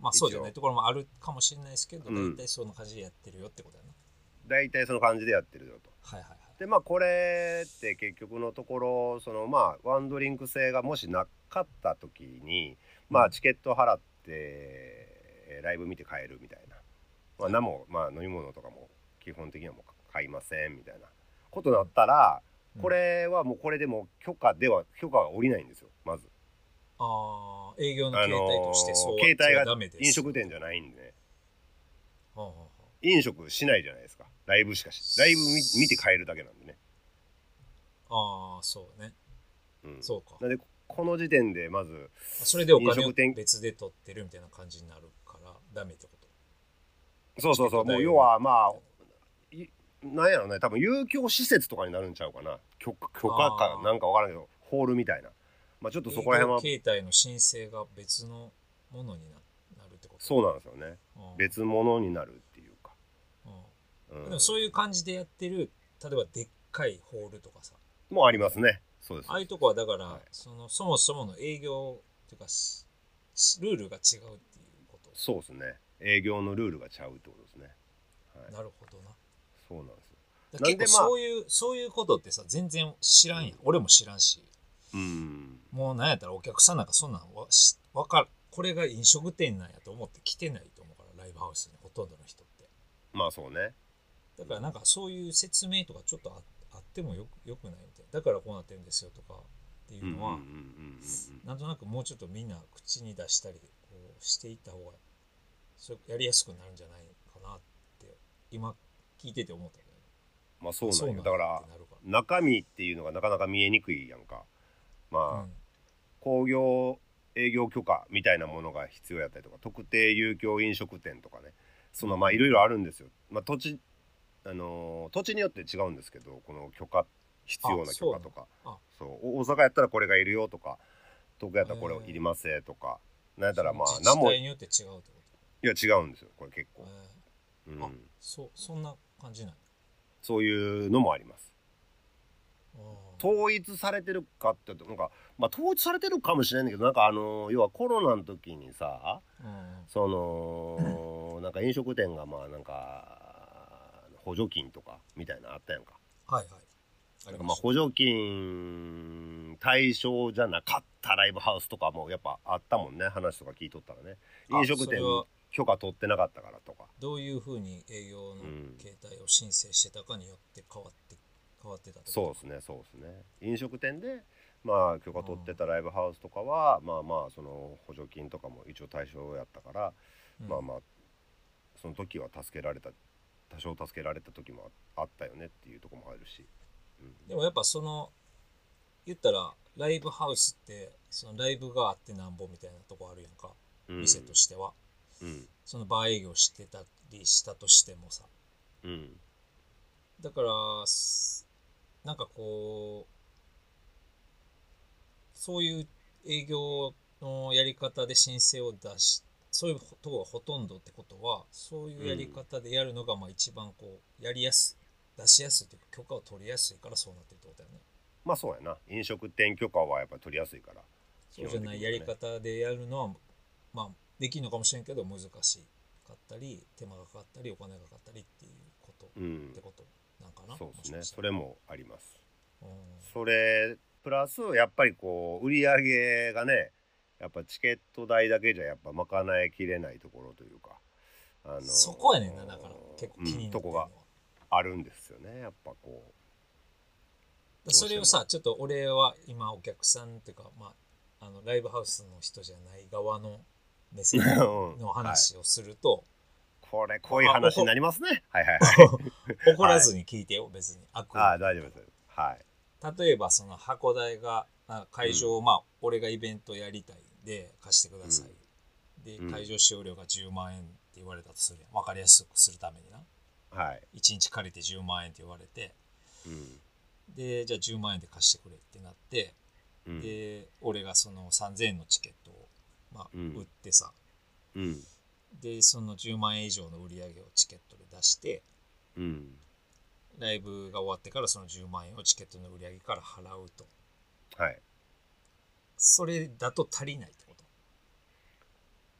B: まあ
C: 一
B: そ
C: 応
B: うじゃないところもあるかもしれないですけど、
C: うん
B: 大体その感じでやってるよってことやな。
C: 大体その感じでやってるよと
B: はいはいはい。
C: でまあこれって結局のところそのまあワンドリンク制がもしなかった時にまあチケット払ってえーライブ見て帰るみたいな、まあ、何もまあ飲み物とかも基本的にはもう買いませんみたいなことになったら
B: うん
C: これはもうこれでも許可では許可は下りないんですよまず
B: ああ、営業の形態としてそう
C: あのー
B: は
C: 形態が
B: ダメです。
C: 飲食店じ
B: ゃ
C: ゃないんでね
B: ん。うんうん
C: 飲食しないじゃないですかライブしかしライブ見見て帰るだけなんでね、
B: ああ、そうね。
C: うん、
B: そうか。
C: なんでこの時点でまず
B: それでお金
C: 飲
B: を
C: 食店
B: 別で取ってるみたいな感じになるから、ダメってこと。
C: そうそうそう、もう要はまあ、いなんやろね、多分遊興施設とかになるんちゃうかな。許許可
B: あ
C: か
B: ー
C: なんかわからんけど、ホールみたいな。まあちょっとそこら辺は、
B: 営業形態の申請が別のものにななるってこと。
C: そうなんですよね。
B: うん、
C: 別物になるっていうか。
B: う
C: うん
B: ん。でもそういう感じでやってる、例えばでっかいホールとかさ、
C: もうありますね。そうです。
B: ああいうとこはだから、
C: はい
B: そのそもそもの営業っていうかししルールが違うっていうこと、
C: そうですね。営業のルールがちゃうってことですね。はい、
B: なるほどな
C: そうなんですよ。
B: だ
C: なんで
B: 結構
C: まあ
B: そういう、そういうことってさ全然知らんやん、俺も知らんし
C: うん。
B: もうなんやったらお客さんなんかそんなんわしわかるこれが飲食店なんやと思って来てないと思うからライブハウスにほとんどの人って
C: まあそうね。
B: だからなんかそういう説明とかちょっとああってもよくよくないみたいなだからこうなってるんですよとかっていううん
C: うん
B: の
C: うんう
B: は、
C: んうん
B: なんとなくもうちょっとみんな口に出したりこうしていった方がそうやりやすくなるんじゃないかなって今聞いてて思ったけど
C: まあそうなんよ。
B: ん
C: だから
B: って、なるから
C: 中身っていうのがなかなか見えにくいやんか。まあ、
B: うん
C: 工業営業許可みたいなものが必要やったりとか特定有興飲食店とかねそのまあいろいろあるんですよ、まあ、土地あのー土地によって違うんですけどこの許可必要な許可とか
B: あ
C: そうお大阪やったらこれがいるよとか東京やったらこれはいりますとか、なんやったらまあ
B: 自
C: 何
B: 治
C: も
B: 体
C: い
B: によって違うってこ
C: や違うんですよこれ結
B: と、
C: 構
B: え、
C: う
B: ーあ
C: ん、
B: そうそんな感じなの
C: そういうのもあります
B: あー
C: 統一されてるかって言うとなんか、まあ、統一されてるかもしれんねんけどなんかあのー要はコロナの時にさ
B: うんうん
C: そのなんか飲食店がまあなんか補助金とかみたいなのあったやんか
B: はいはいあ
C: な
B: り
C: んかまあ補助金対象じゃなかったライブハウスとかもやっぱあったもんね話とか聞いとったらね
B: あ
C: 飲食
B: それ
C: 店
B: は
C: 許可取ってなかったからとか
B: どういうふうに営業の
C: うん
B: 形態を申請してたかによって変わって変わってたってこと
C: そうですねそうですね飲食店でまあ許可取ってたライブハウスとかはまあまあその補助金とかも一応対象やったから
B: うん
C: まあまあその時は助けられた多少助けられた時もああったよねっていうところもあるし、
B: でもやっぱその言ったらライブハウスってそのライブがあってなんぼみたいなとこあるやんか
C: うん、
B: 店としては、
C: てうん
B: そのバー営業してたりしたとしてもさ
C: うん
B: だからすなんかこうそういう営業のやり方で申請を出しそういうとこがほとんどってことはそういうやり方でやるのがまあ一番こうやりやすい出しやすいというか許可を取りやすいからそうなってるってことだよね
C: まあそうやな飲食店許可はやっぱ取りやすいから
B: そうじゃないやり方でやるのは、まあ、できるのかもしれんけど難しかったり手間がかかったりお金がかかったりっていうことっ
C: うん
B: てことなんかな、
C: そうです
B: も
C: ね
B: しかした
C: そ
B: ら
C: れもあります
B: うん
C: それプラスやっぱりこう売り上げがねやっぱチケット代だけじゃやっぱ賄いきれないところというかあの
B: そこやねんなだから結構気
C: う
B: にな
C: ん、
B: っ
C: と
B: てる
C: こ
B: のは
C: があるんですよねやっぱこう
B: だそれをさちょっと俺は今お客さんっていうか、まあ、あのライブハウスの人じゃない側の目線
C: うん
B: の話をすると、
C: これ濃い話になりますねはいはいはい
B: 怒らずに聞いてよ、別に悪意
C: ああ、大丈夫です。はい。
B: 例えばその箱代があ会場を、まあ俺がイベントやりたいんで貸してください、
C: う
B: で
C: ん
B: 会場使用料が10万円って言われたとするやん分かりやすくするためにな
C: はい。
B: 1日借りて10万円って言われて
C: うん。
B: でじゃあ10万円で貸してくれってなって、
C: うん
B: で俺がその3000円のチケットを、まあ
C: うん
B: 売ってさ
C: うん
B: でその10万円以上の売り上げをチケットで出して
C: うん
B: ライブが終わってからその10万円をチケットの売り上げから払うと
C: はい
B: それだと足りないってこと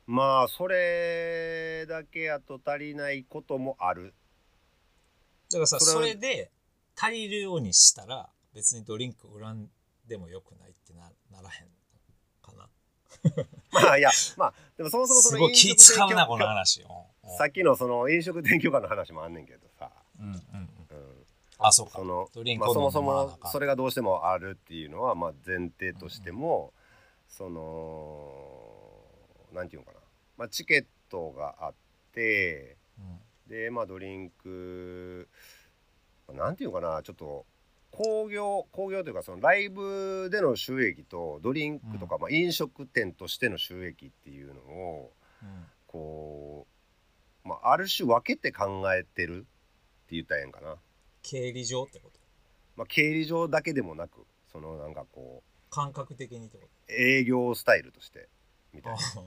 C: まあそれだけやと足りないこともある
B: だからさそ
C: そ
B: れ
C: れは
B: で足りるようにしたら別にドリンク売らんでもよくないってなならへんのかな
C: まあいやまあでもそもそもそ
B: す
C: の
B: ごい気
C: 飲
B: 使
C: 食店
B: う
C: 許
B: な
C: 可
B: この話を
C: さっきのその飲食店許可の話もあんねんけどさ、
B: うんうんうん
C: うん、
B: あそうか
C: その
B: ドリンク
C: まあ、
B: を
C: そ
B: 飲
C: もそ
B: まなあ
C: も
B: かん
C: それがどうしてもあるっていうのはまあ前提としても、そのなんていうのかな、まあ、チケットがあって
B: うん
C: でまあドリンクなんていうのかなちょっと興行興行というかそのライブでの収益とドリンクとか、まあ、飲食店としての収益っていうのを
B: うん
C: こう、まあ、ある種分けて考えてるって言ったらええんかな。
B: 経理上ってこと
C: まあ、経理上だけでもなくそのなんかこ
B: 感覚的にってこ
C: う営業スタイルとしてみたい
B: と
C: な、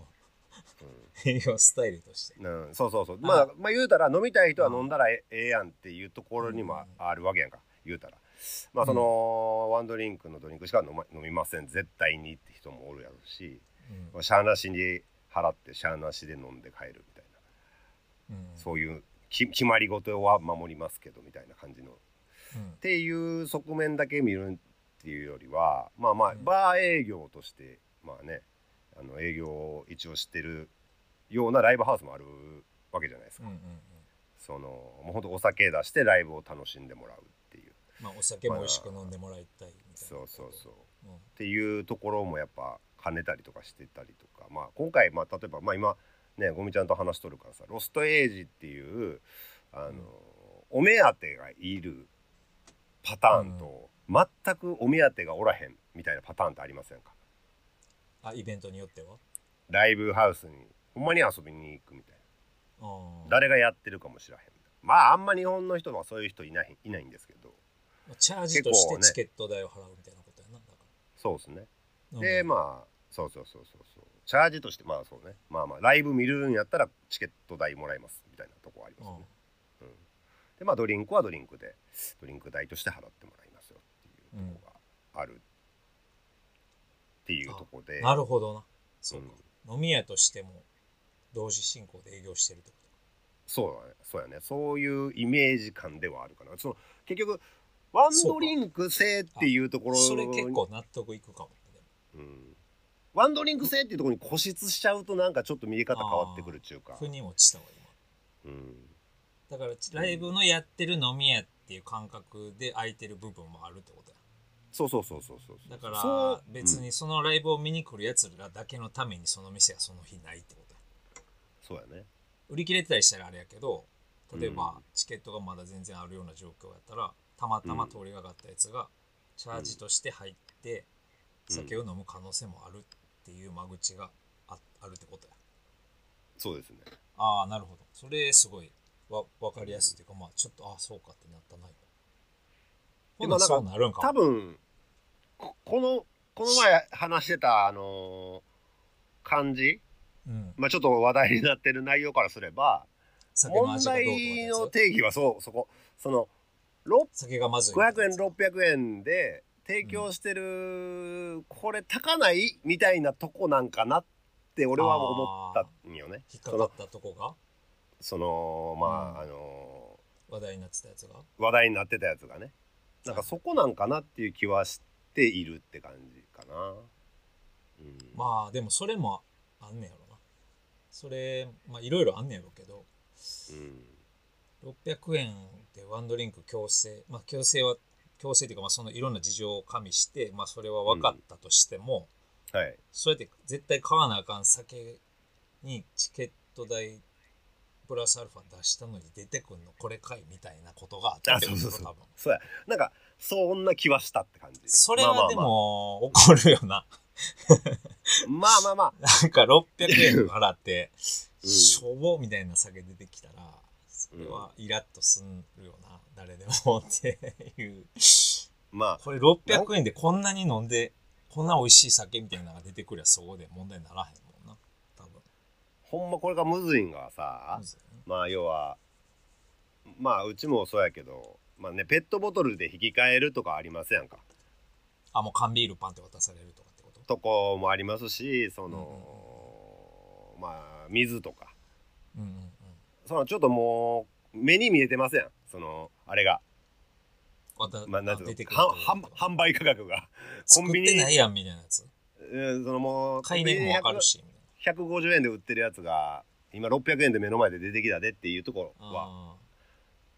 B: 営業スタイルとして
C: うんうんそうそうそうまあまあ言うたら飲みたい人は飲んだらえええやんっていうところにもああるわけやんか言うたらまあその、ワンドリンクのドリンクしか飲,、ま、飲みません絶対にって人もおるやろうし、
B: うん
C: まあ、しゃあなしに払ってしゃあなしで飲んで帰るみたいな、
B: うん
C: そういうき決まり事は守りますけどみたいな感じの
B: うん
C: っていう側面だけ見るっていうよりはまあまあ
B: うん
C: バー営業としてまあねあの営業を一応してるようなライブハウスもあるわけじゃないです
B: う
C: か、
B: んうんうん
C: そのもうほんとお酒出してライブを楽しんでもらうっていう
B: まあお酒も美味しく飲んでもらいたいみたいな
C: そうそうそう
B: う
C: っ
B: ん
C: ていうところもやっぱ兼ねたりとかしてたりとかまあ今回まあ例えばまあ今ねゴミちゃんと話しとるからさ「ロストエイジ」っていうあの、
B: うん
C: お目当てがいるパターンと、全くお目当てがおらへんみたいなパターンってありませんか
B: あイベントによっては
C: ライブハウスにほんまに遊びに行くみたい
B: あ
C: な
B: ー
C: 誰がやってるかも知らへんまああんま日本の人はそういう人いないいないんですけど
B: まあチャージとして
C: 結構ね
B: チケット代を払うみたいなことやなだか
C: そうですね
B: ら
C: で
B: あ
C: まあそうそうそうそうそうチャージとしてまあそうねまあまあライブ見るんやったらチケット代もらいますみたいなとこありますよね、うんでまあドリンクはドリンクでドリンク代として払ってもらいますよっていうとこがある、っていうとこで
B: なるほどなそうか飲み屋としても同時進行で営業してるってこ
C: そうだねそうやねそういうイメージ感ではあるかなその結局ワンドリンク制っていうとことろ
B: かそれ結構納得いくかもでも
C: うんワンドリンク制っていうところに固執しちゃうとなんかちょっと見え方変わってくるっていうか
B: 腑に落ちたわ今
C: うん
B: だからライブのやってる飲み屋っていう感覚で空いてる部分もあるってことや
C: そうそうそうそうそう
B: だ
C: そうそ
B: か
C: う
B: ら別
C: うん
B: にそのライブを見に来るやつらだけのためにその店がその日ないってことや
C: そうやね
B: 売り切れてたりしたらあれやけど例え
C: う
B: ば
C: ん
B: チケットがまだ全然あるような状況やったらたまたま通りがかったやつがチャージとして入って
C: うん
B: 酒を飲む可能性もあるっていう間口がああるってことや
C: そうですね
B: ああなるほどそれすごいわ分かりやすいというかまあちょっとああそうかってなったな今ほ
C: で
B: ん
C: も
B: な
C: なん
B: らそうなる
C: か
B: んか
C: 多分ここのこの前話してたあのー感じ
B: うん、
C: まあちょっと話題になってる内容からすれば
B: 酒の
C: 問
B: 味がどうとかって
C: 題
B: やつ
C: の定義はそうそこその600
B: 酒がまずい
C: 円600円で提供してるこれ高ないみたいなとこなんかなって俺は思ったんよね
B: 引っかかったとこが
C: そのま
B: う
C: ああの
B: 話題になってたやつが
C: ー話題になってたやつがねなんかそこなんかなっていう気はしているって感じかな。うん、
B: まあでもそれもあんねやろなそれまあいろいろあんねやろうけど
C: うん
B: 600円でワンドリンク強制まあ強制は強制というかまあそのいろんな事情を加味してまあそれは分かったとしても、
C: はい
B: そうやって絶対買わなあかん酒にチケット代プラスアルファ出したのに出てくんのこれかいみたいなことがあったってこと
C: あそうそうそ
B: 多
C: う
B: 分
C: そうやなんかそんな気はしたって感じ
B: それ
C: まあま
B: は
C: あ
B: でも怒るよな
C: まあまあまあ
B: なんか600円払って
C: うん
B: しょぼみたいな酒出てきたらそれはイラッとするよな誰でもっていう
C: まあ、
B: これ600円でこんなに飲んで、こんな美味しい酒みたいなのが出てくりゃそこで問題にならへんもんな。多分。
C: ほんまこれがむずいんがさ
B: ま、ずね
C: まあ要は、まあうちもそうやけど、まあね、ペットボトルで引き換えるとかありますやんか。
B: あ、もう缶ビールパンって渡されるとかってこと
C: とこもありますし、その、まあ水とか。
B: うんうんうん。
C: そのちょっともう、目に見えてません。その、あれが。
B: わた
C: まあなんてい
B: 出
C: う
B: て
C: の
B: くるってこと
C: はんはん販売価格が。コ
B: 作
C: ン
B: っ
C: ビニ
B: てないやんみたいなやつ。
C: うんそのもう、
B: 買いにもわかるし。みたいな
C: 150円で売ってるやつが今600円で目の前で出てきたでっていうところは
B: あ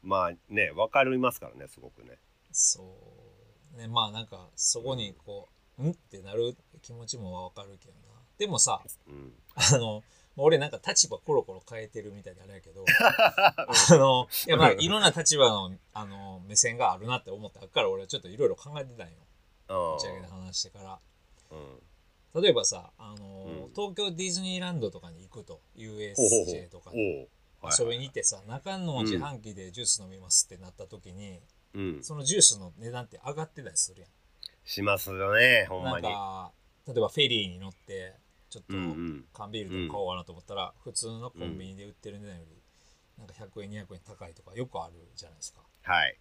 B: ー
C: まあね分かりますからねすごくね
B: そう。ね、まあなんか、そこにこう、んってなる気持ちもわかるけどな。でもさ、
C: うん
B: あの、まあ俺なんか立場コロコロ変えてるみたいであれやけ ど、あの、いやまあいろんな立場の、あの、目線があるなって思ったから俺はちょっといろいろ考えてたんよ。
C: うん
B: 打ち上げで話してから。
C: うん
B: 例えばさ、あの、
C: うん
B: 東京ディズニーランドとかに行くと、
C: ほうほうほ
B: USJ とかに
C: うおうはい
B: 遊びに行ってさ、中の自販機でジュース飲みますってなった時に、
C: うん
B: そのジュースの値段って上がってたりするやん。
C: しますよねほん
B: な
C: ま
B: ん
C: に
B: か例えばフェリーに乗ってちょっと
C: うんうん
B: 缶ビールとか買おうかなと思ったら、普通のコンビニで売ってる値段よりなんか100円200円高いとかよくあるじゃないですか
C: はい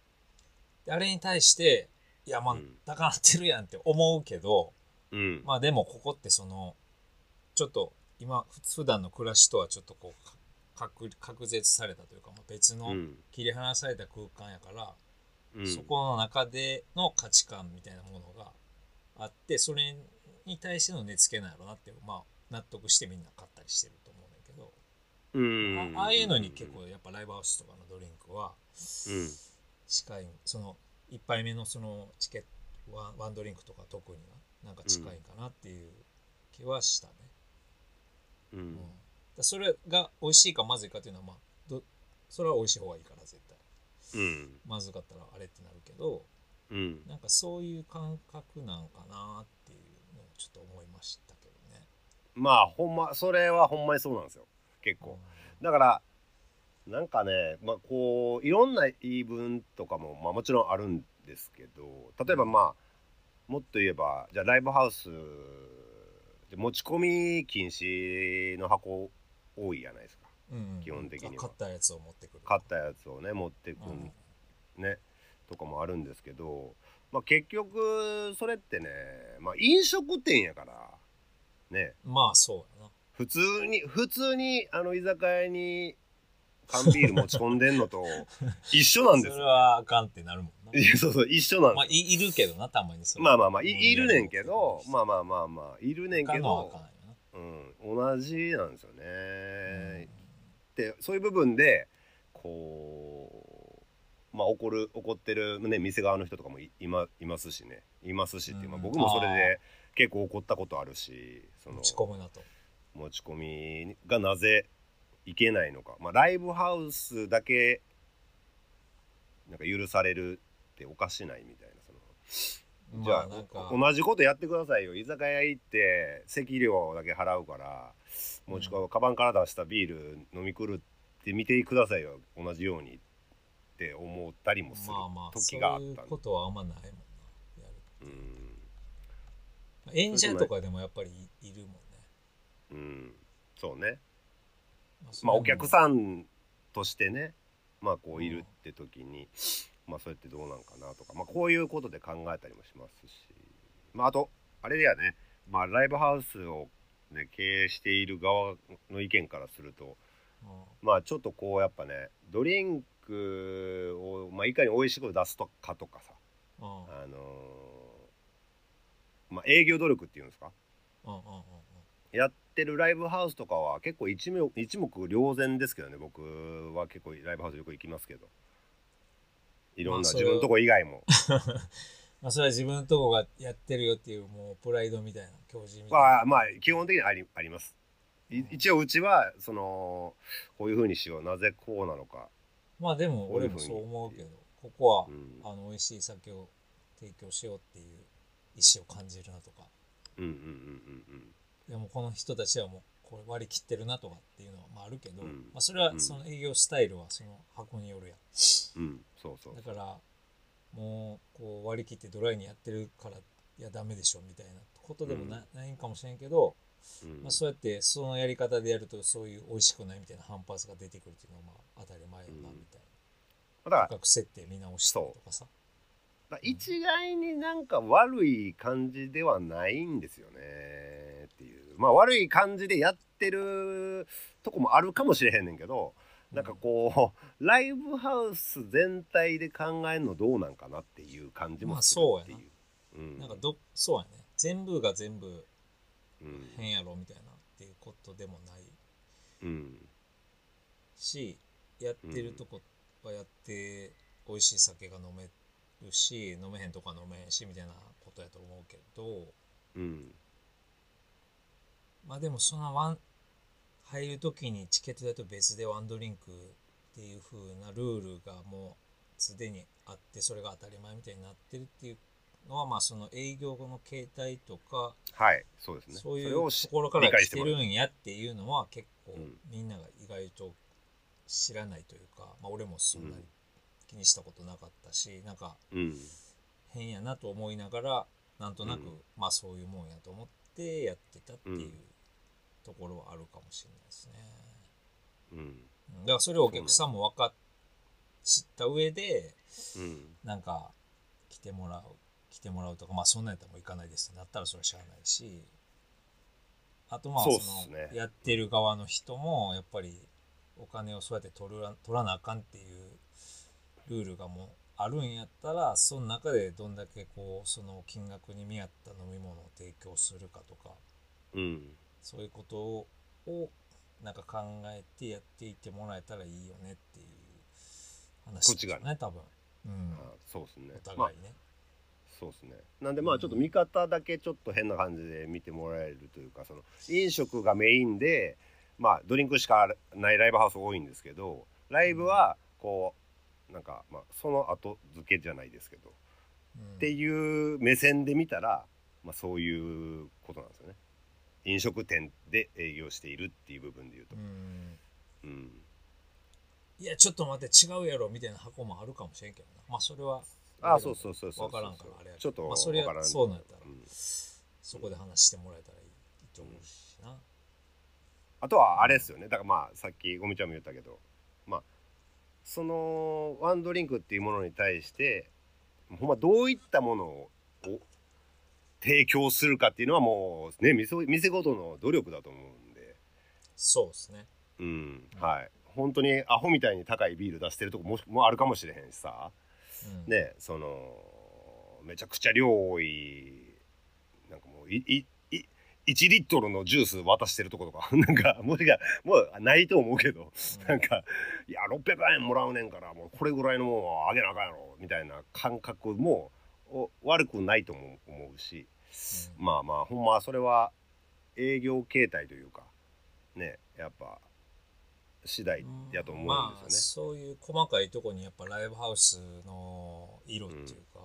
B: であれに対していやまあ
C: うん
B: 高なってるやんって思うけど、
C: うん
B: まあでもここってそのちょっと今ふ普段の暮らしとはちょっとこうか隔隔絶されたというか、まあ、別
C: う
B: の
C: ん
B: 切り離された空間やから、
C: うん
B: そこの中での価値観みたいなものがあってそれに対しての値付けなんやろなって、まあ、納得してみんな買ったりしてると思うんだけど、
C: うん
B: あああいうのに結構やっぱライブハウスとかのドリンクは
C: うん
B: 近いその1杯目のそのチケットワンワンドリンクとか特にはなんか近いかなっていう気はしたね、
C: う
B: うん
C: ん
B: だからそれが美味しいかまずいかっていうのはまあどそれは美味しい方がいいから絶対
C: うん
B: まずかったらあれってなるけど、
C: うん
B: なんかそういう感覚なんかなっていうのをちょっと思いましたけどね。
C: まあほんまそれはほんまにそうなんですよ結構だからなんかね、まあ、こういろんな言い分とかも、まあ、もちろんあるんですけど例えばまあもっと言えばじゃあライブハウスで持ち込み禁止の箱多いじゃないですか
B: うんうん
C: 基本的には
B: あ買ったやつを持ってくる。
C: 買ったやつをね持ってく
B: うんん
C: ねとかもあるんですけど、まあ、結局それってね、まあ、飲食店やからね
B: まあそうやな。
C: 普通に普通にあの居酒屋に缶ビール持ち込んでん のと一緒なんです
B: それ
C: よ。
B: はあかんってなるもんな。
C: いやそうそう一緒なん
B: ま
C: で
B: あいいるけどな、たまに
C: す
B: そ
C: まあまあまあいいるねんけどま
B: あ
C: あまあまあまあいるねんけ
B: はあかん
C: ど
B: よ、な。
C: うん、同じなんですよ
B: うん
C: ね。でそういう部分でこうまあ怒る怒ってる、ね、店側の人とかもいいまいますしねいますしっていう、まあ、
B: うん
C: 僕もそれで結構怒ったことあるしその
B: 持ち込むなと。
C: 持ち込みがなぜいけないのか、まあ、ライブハウスだけなんか許されるっておかしないみたいなそのじゃあ,、
B: まなんか
C: 同じことやってくださいよ居酒屋行って席料だけ払うから持ち込み、カバンから出したビール飲み来るって見てくださいよ同じようにって思ったりもする
B: まあまあ、そ
C: 時があ
B: う
C: った
B: い
C: ん
B: う
C: で
B: ことはあんまないもんな。やる
C: うん
B: まあ演者とかでもやっぱりいいるもんね。
C: うんそうね
B: それ
C: まあ、
B: も
C: お客さんとしてね、まあ、こういるって時に、まあ、それってどうなんかなとか、まあ、こういうことで考えたりもしますし、まあ、あと、あれだよね、まあ、ライブハウスを、ね、経営している側の意見からすると、
B: うん
C: まあ、ちょっとこう、やっぱね、ドリンクを、まあ、いかに美味しく出すとかとかさ、
B: うん
C: あのーまあ、営業努力っていうんですか、
B: うんうんうんうん
C: やってるライブハウスとかは結構一目一目瞭然ですけどね僕は結構ライブハウスよく行きますけどいろ
B: ま
C: んな
B: あそ
C: 自
B: れ
C: 分のとこ以外も
B: まあ、それは自分のとこがやってるよっていうもうプライドみたいな教授みたいな、
C: まあまあ基本的にありありますい
B: うん
C: 一応うちはそのこういうふうにしようなぜこうなのか、
B: まあでも俺もそう思うけどここは、
C: うん
B: あの美味しい酒を提供しようっていう意思を感じるなとか
C: うんうんうん
B: でもこの人たちはもうこれ割り切ってるなとかっていうのはまああるけど、
C: うん
B: まあ、それはその営業スタイルはその箱によるやん
C: うんうんうんそうそう
B: だからもうこう割り切ってドライにやってるからいやダメでしょみたいなことでもな,、ないんかもしれんけど、
C: うん
B: まあ、そうやってそのやり方でやるとそういう美味しくないみたいな反発が出てくるっていうのはまあ当たり前やな
C: うん
B: みたい
C: だから
B: な、価格設定見直したりとかさ
C: まあ一概になんか悪い感じではないんですよねっていうまあ悪い感じでやってるとこもあるかもしれへんねんけどなんかこうライブハウス全体で考えるのどうなんかなっていう感じもするっていう
B: まあ。
C: うん
B: なんかどそうやね全部が全部
C: うん
B: 変やろみたいなっていうことでもない
C: うん
B: しやってるとこはやって美味しい酒が飲めるし飲めへんとこは飲めへんしみたいなことやと思うけど
C: うん
B: まあでもそんなワン入る時にチケット代と別でワンドリンクっていう風なルールがもうすでにあってそれが当たり前みたいになってるっていうのはまあその営業後の形態とか
C: はいそうですね
B: そういう
C: れを
B: ところから
C: 理解
B: 来
C: しててもら
B: る
C: うん
B: やっていうのは結構
C: うん
B: みんなが意外と知らないというか、まあ、俺もそんなに気にしたことなかったし、なんか
C: うん
B: 変やなと思いながらなんとなく、
C: うん
B: まあそういうもんやと思ってやってたっていううんところはあるかもしれないですね。
C: うん
B: うんだからそれをお客さんも分かっ知った上で
C: うん
B: なんか来てもらう来てもらうとかまあそんなんやったらもう行かないですってなったらそれはしゃあないしあとまあそ
C: そう
B: の
C: っすね
B: やってる側の人もやっぱりお金をそうやって取ら取らなあかんっていうルールがもうあるんやったらその中でどんだけこうその金額に見合った飲み物を提供するかとか
C: うん
B: そういうことををなんか考えてやっていってもらえたらいいよねっていう話ですよ
C: こっち
B: ね多分、うん、
C: あそうですね
B: お
C: まあ
B: 互いね、
C: そうですね。なんでまあちょっと見方だけちょっと変な感じで見てもらえるというかその飲食がメインでまあドリンクしかないライブハウス多いんですけどライブはこうなんかまあその後付けじゃないですけどっ
B: うん
C: ていう目線で見たらまあそういうことなんですよね。飲食店で営業しているっていう部分で言うと
B: う、ん
C: うん、
B: いやちょっと待って違うやろみたいな箱もあるかもしれんけどなまあそれは
C: ああそうそうそうそう
B: 分からんからあれやけど
C: ちょっと
B: まあ、それ
C: わから
B: は
C: ん
B: そうなんやったら、
C: うん
B: そこで話してもらえたらいいと思うしな、
C: あとはあれですよねだからまあさっきゴミちゃんも言ったけどまあそのワンドリンクっていうものに対してほんまどういったものをを提供するかっていうのはもうね店店ごとの努力だと思うんで
B: そうですね
C: うんはい本当にアホみたいに高いビール出してるとこももあるかもしれへんしさ
B: うん
C: ねそのめちゃくちゃ量多いなんかもういいい1リットルのジュース渡してるとことか なんかもしかもうないと思うけど
B: うん
C: なんか「いや600円もらうねんからもうこれぐらいのもんはあげなあかんやろ」みたいな感覚もお悪くないとも思うし
B: うん
C: まあまあほんまそれは営業形態というかねやっぱ次第やと思うん
B: まあ
C: ですよね。
B: そういう細かいとこにやっぱライブハウスの色っていうか、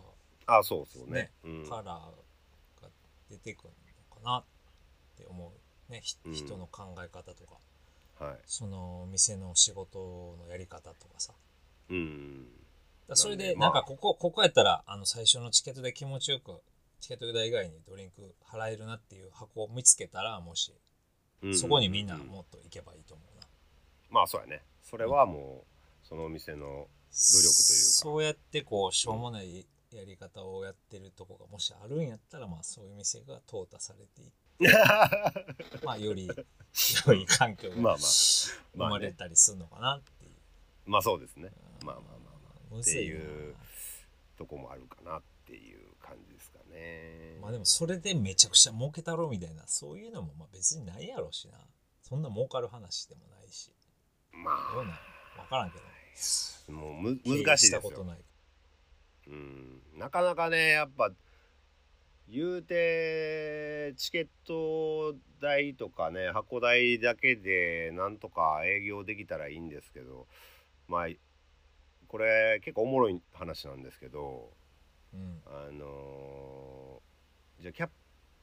C: あそうそうね
B: ね。
C: うん
B: カラーが出てくるのかなって思うね、ひ
C: うん
B: 人の考え方とか
C: は
B: その店の仕事のやり方とかさ
C: い。う
B: だ
C: ん
B: からそれ
C: なん
B: で、
C: でま
B: な
C: あ
B: んかここ、ここやったら、あの、最初のチケットで気持ちよく、チケット代以外にドリンク払えるなっていう箱を見つけたら、もし、そこにみんなもっと行けばいいと思うな。
C: まあそうやねそれはもうそのお店 の
B: 努
C: 力というか
B: そうやって、こう、しょうもないやり方をやってるとこが、もしあるんやったら、まあ、そういう店が淘汰されていって、まあ、よ り良い環境
C: ま
B: が
C: あまあ
B: 生
C: まあね
B: まれたりするのかなっていう。
C: まあそうですねまあまあまあま
B: あ。む
C: って
B: ずいな
C: いうとこもあるかなっていう感じですかね
B: まあでもそれでめちゃくちゃ儲けたろみたいなそういうのもまあ別にないやろうしなそんな儲かる話でもないしどう
C: ま
B: なん分からんけど
C: あもうむ難しい
B: 経営した
C: です
B: こと
C: よ、
B: ない
C: うん、なかなかねやっぱ言うてチケット代とかね箱代だけでなんとか営業できたらいいんですけどまあこれ結構おもろい話なんですけど
B: うん
C: あのーじゃあキャッ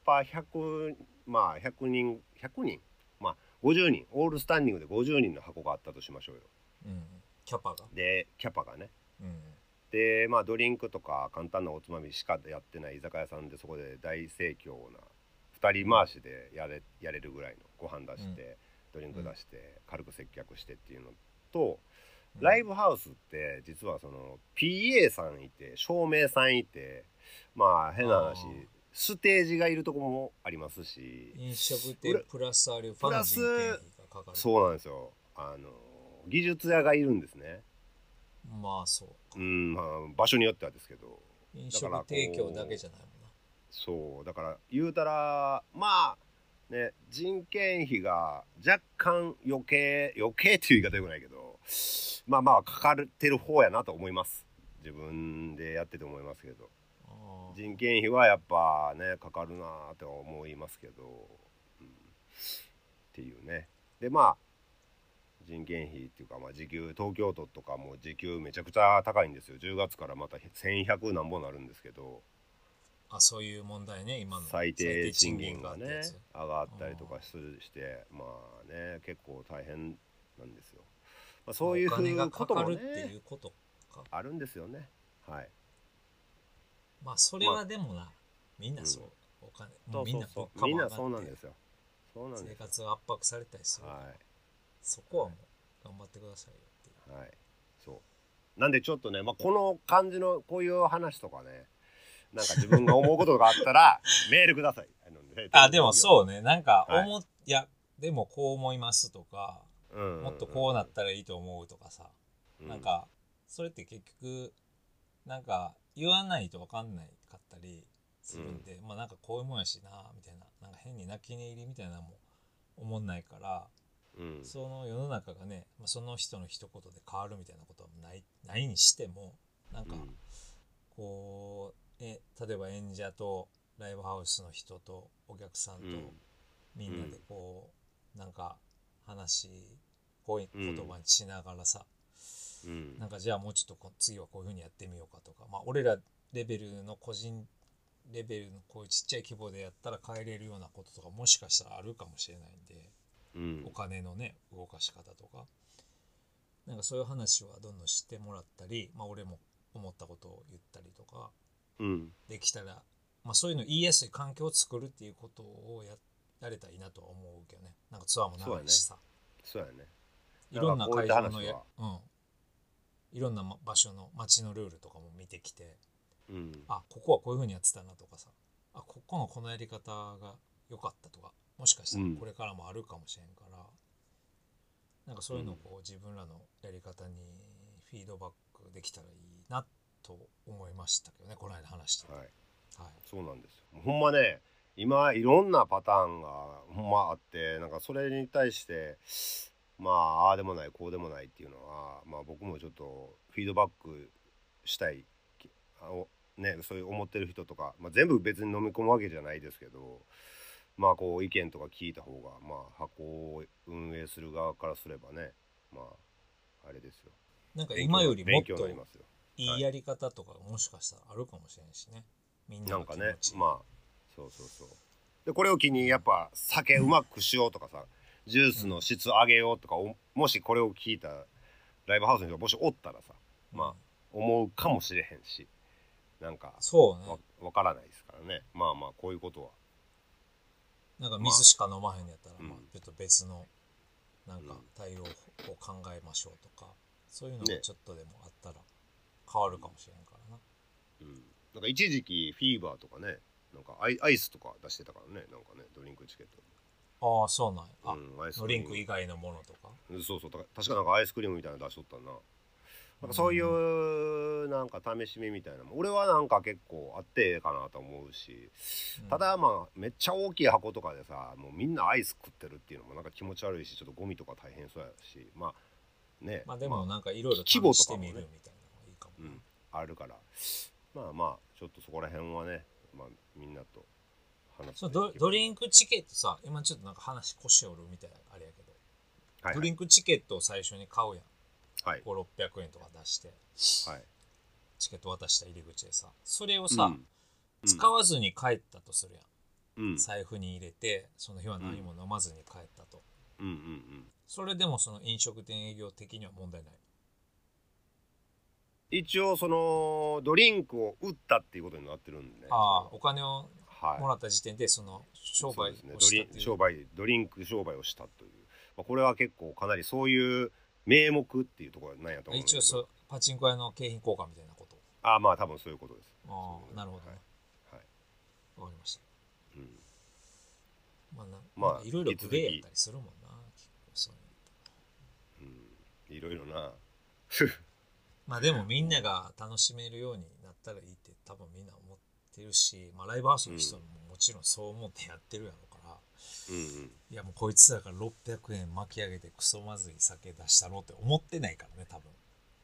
C: パー100まあ100人100人まあ50人オールスタンディングで50人の箱があったとしましょうよ
B: うんキャパが
C: でキャパがね
B: うん
C: でまあドリンクとか簡単なおつまみしかやってない居酒屋さんでそこで大盛況な2人回しでやれやれるぐらいのご飯出して、ドリンク出して軽く接客してっていうのと、ライブハウスって実はその PA さんいて照明さんいてまあ変な話
B: あー
C: ステージがいるとこもありますし
B: 飲食店プラスアルファ
C: プ
B: の
C: ラ
B: 人
C: ス
B: 件費がかかる
C: そうなんですよあの技術屋がいるんですね
B: まあそう
C: うん、まあ、場所によってはですけど
B: 飲食提供だけじゃないもんな
C: そうだから言うたらまあね人件費が若干余計余計っていう言い方よくないけどまあまあかかってる方やなと思います自分でやってて思いますけど
B: あー
C: 人件費はやっぱねかかるなぁとは思いますけど、うんっていうねでまあ人件費っていうか、まあ、時給東京都とかも時給めちゃくちゃ高いんですよ10月からまた1100何本なるんですけど
B: あそういう問題ね今の
C: 最低賃金
B: あ
C: が
B: っ
C: ね
B: たやつ
C: 上がったりとかするしてまあね結構大変なんですよ、まあ、そういう
B: お金が
C: こ
B: か
C: と
B: か
C: も
B: るってい
C: ね
B: うことか
C: あるんですよねはい
B: まあそれはでもなみんなそうお金もうみんな物
C: そうそう
B: 価
C: そうみん
B: も上
C: なそう
B: がっ
C: なんで
B: て
C: すよそうなん
B: 生
C: です
B: 活が圧迫されたりするから
C: はい
B: そこはもう頑張ってくださいよっていう
C: はい、そうなんでちょっとね、まあ、この感じのこういう話とかねなんか自分が思うことがあっ たらメールくださいあのね
B: あでもそうねなんか
C: はい
B: 思っ、い、やでもこう思いますとか
C: うんうんうん、
B: もっとこうなったらいいと思うとかさ、
C: うん
B: なんかそれって結局なんか言わないと分かんないかったりするんで、まあなんかこういうもんやしなみたいななんか変に泣き寝入りみたいなのも思んないから、
C: うん
B: その世の中がね、まあ、その人の一言で変わるみたいなことはないないにしてもなんか
C: うん
B: こう、え例えば演者とライブハウスの人とお客さんと、
C: うん
B: みんなでこう、なんか話こういう言葉にしながらさ、
C: うん
B: なんかじゃあもうちょっとこ次はこういうふうにやってみようかとかまあ俺らレベルの個人レベルのこういうちっちゃい規模でやったら変えれるようなこととかもしかしたらあるかもしれないんで
C: うん
B: お金のね動かし方とかなんかそういう話はどんどんしてもらったりまあ俺も思ったことを言ったりとか
C: うん
B: できたらまあそういうの言いやすい環境を作るっていうことをややれたらいいなとは思うけどねなんかツアーも長いしさ。
C: そうやね
B: いろんな会場の
C: な
B: や
C: んかこ
B: うん、いろんなま場所の街のルールとかも見てきて
C: うん
B: あここはこういうふうにやってたなとかさあここのこのやり方が良かったとかもしかしたら
C: うん
B: これからもあるかもしれんから、なんかそういうのをこう自分らのやり方にフィードバックできたらいいなと思いましたけどねこの間話してて、
C: はい
B: はい
C: そうなんですよほんまね今いろんなパターンがほんまあってなんかそれに対してまあああでもないこうでもないっていうのはまあ僕もちょっとフィードバックしたいきあのねそういう思ってる人とか、まあ、全部別に飲み込むわけじゃないですけどまあこう意見とか聞いた方がまあ箱を運営する側からすればねまああれですよ
B: なんか今よりもっ
C: 勉強に
B: と
C: なりますよ
B: いいやり方とかもしかしたらあるかもしれんしねみんな
C: な
B: の
C: ん
B: 気
C: か
B: 持
C: ね
B: ち、
C: まあそうそうそうでこれを機にやっぱ酒うまくしようとかさジュースの質上げようとかおもしこれを聞いたライブハウスの人がもしおったらさまあ思うかもしれへんしなんか
B: そうね
C: わわからないですからねまあまあこういうことは
B: なんか水しか飲まへんやったら、
C: まあ
B: まあ
C: うん、
B: ちょっと別の、なんか
C: うん
B: 対応を考えましょうとか、そういうのが
C: ね
B: ちょっとでもあったら変わるかもしれんからな。
C: うんなんか一時期フィーバーとかねなんかアイアイスとか出してたからねなんかねドリンクチケッ
B: ああ、そうなんや。
C: ト
B: あ、
C: うんアイス
B: ドリンク以外のものとか。
C: うんそうそうだから確かなんかアイスクリームみたいなの出しとったななんかそういうなんか試しみみたいなのも俺はなんか結構あってええかなと思うし
B: うん
C: た、だまあめっちゃ大きい箱とかでさもうみんなアイス食ってるっていうのもなんか気持ち悪いしちょっとゴミとか大変そうやしまあね
B: まあでもなんかいろいろ試
C: 規模と
B: して
C: かも
B: み
C: ね
B: るみたいなのがいいかもな。
C: うんあるからまあまあちょっとそこら辺はねまあみんなと話して
B: そうドドリ
C: ン
B: ンクチケットさ、今ちょっとなんか話腰折るみたいなあれやけど、
C: ク、はい
B: ドリンクチケットを最初に買うやん。
C: はい
B: 5、600円とか出して、
C: はい
B: チケット渡した入り口でさ、それをさ、
C: うん
B: 使わずに帰ったとするやん。
C: うん
B: 財布に入れてその日は何も飲まずに帰ったと、
C: うんうんうん
B: それでもその飲食店営業的には問題ない
C: 一応そのドリンクを売ったっていうことになってるんでね
B: ああ、お金を
C: はい
B: もらった時点で、その、商売
C: そうですね
B: を
C: ド
B: した
C: リ
B: って
C: ン
B: いう。
C: 商売ドリンク商売をしたという、まあ、これは結構かなりそういう名目っていうところなんやと思うんです
B: 一
C: け
B: 応そ
C: ど
B: う、パチンコ屋の景品交換みたいなこと。
C: ああまあ多分そういうことです
B: あ
C: そう
B: あ、なるほどね。
C: はい
B: わかりました。
C: うん
B: まあな、
C: まあ
B: まあ、いろいろ
C: 引き
B: グ
C: 続き
B: レーやったりするもんな。結構そういう
C: うんいろいろな
B: まあでもみんなが楽しめるようになったらいいって多分みんな思ってるし、まあライブハウスの人ももちろんそう思ってやってるやろうから、
C: うんうん
B: いやもうこいつらが600円巻き上げてクソまずい酒出したろうって思ってないからね、多分。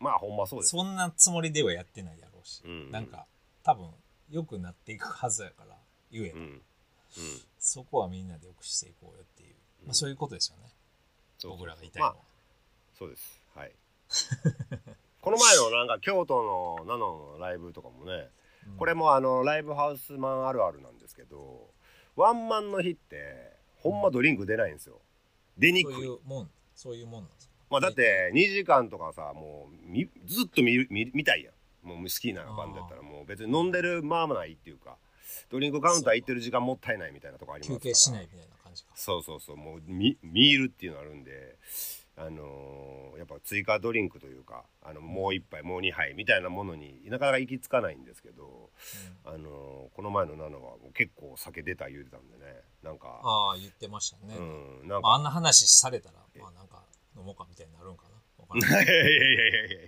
C: まあほんまそうです
B: そんなつもりではやってないやろうし、
C: うんうん
B: なんか多分良くなっていくはずやから、ゆえ
C: う
B: ば、
C: んうん
B: そこはみんなで良くしていこうよっていう、
C: うん
B: まあそういうことですよね、
C: そう
B: 僕らが言いたい
C: ま
B: のは。
C: あそうですはいこの前のなんか京都のナノのライブとかもね
B: うん
C: これもあのライブハウスマンあるあるなんですけどワンマンの日ってほんまドリンク出ないんですよ出に
B: そ
C: く
B: うい
C: いう
B: もん、そういうもんなんですか。
C: まあだって2時間とかさもうみずっと見る見見たいやんもう好きなバンドやったらもう別に飲んでるまあまあないっていうかドリンクカウンター行ってる時間もったいないみたいなとこあります
B: 休
C: から
B: 憩しないみたいな感じか。
C: そうそうそうもう見見入るっていうのあるんであのーやっぱ追加ドリンクというかあのもう一杯もう二杯みたいなものになかなか行き着かないんですけど
B: うん
C: あのーこの前のナノはもう結構酒出た言うてたんでねなんか
B: ああ、言ってましたね。
C: うん
B: ま
C: なん
B: あ、
C: か
B: あんな話されたら、まあなんか飲もうかみたいになるんかな。わか
C: い
B: らない
C: やいやいやい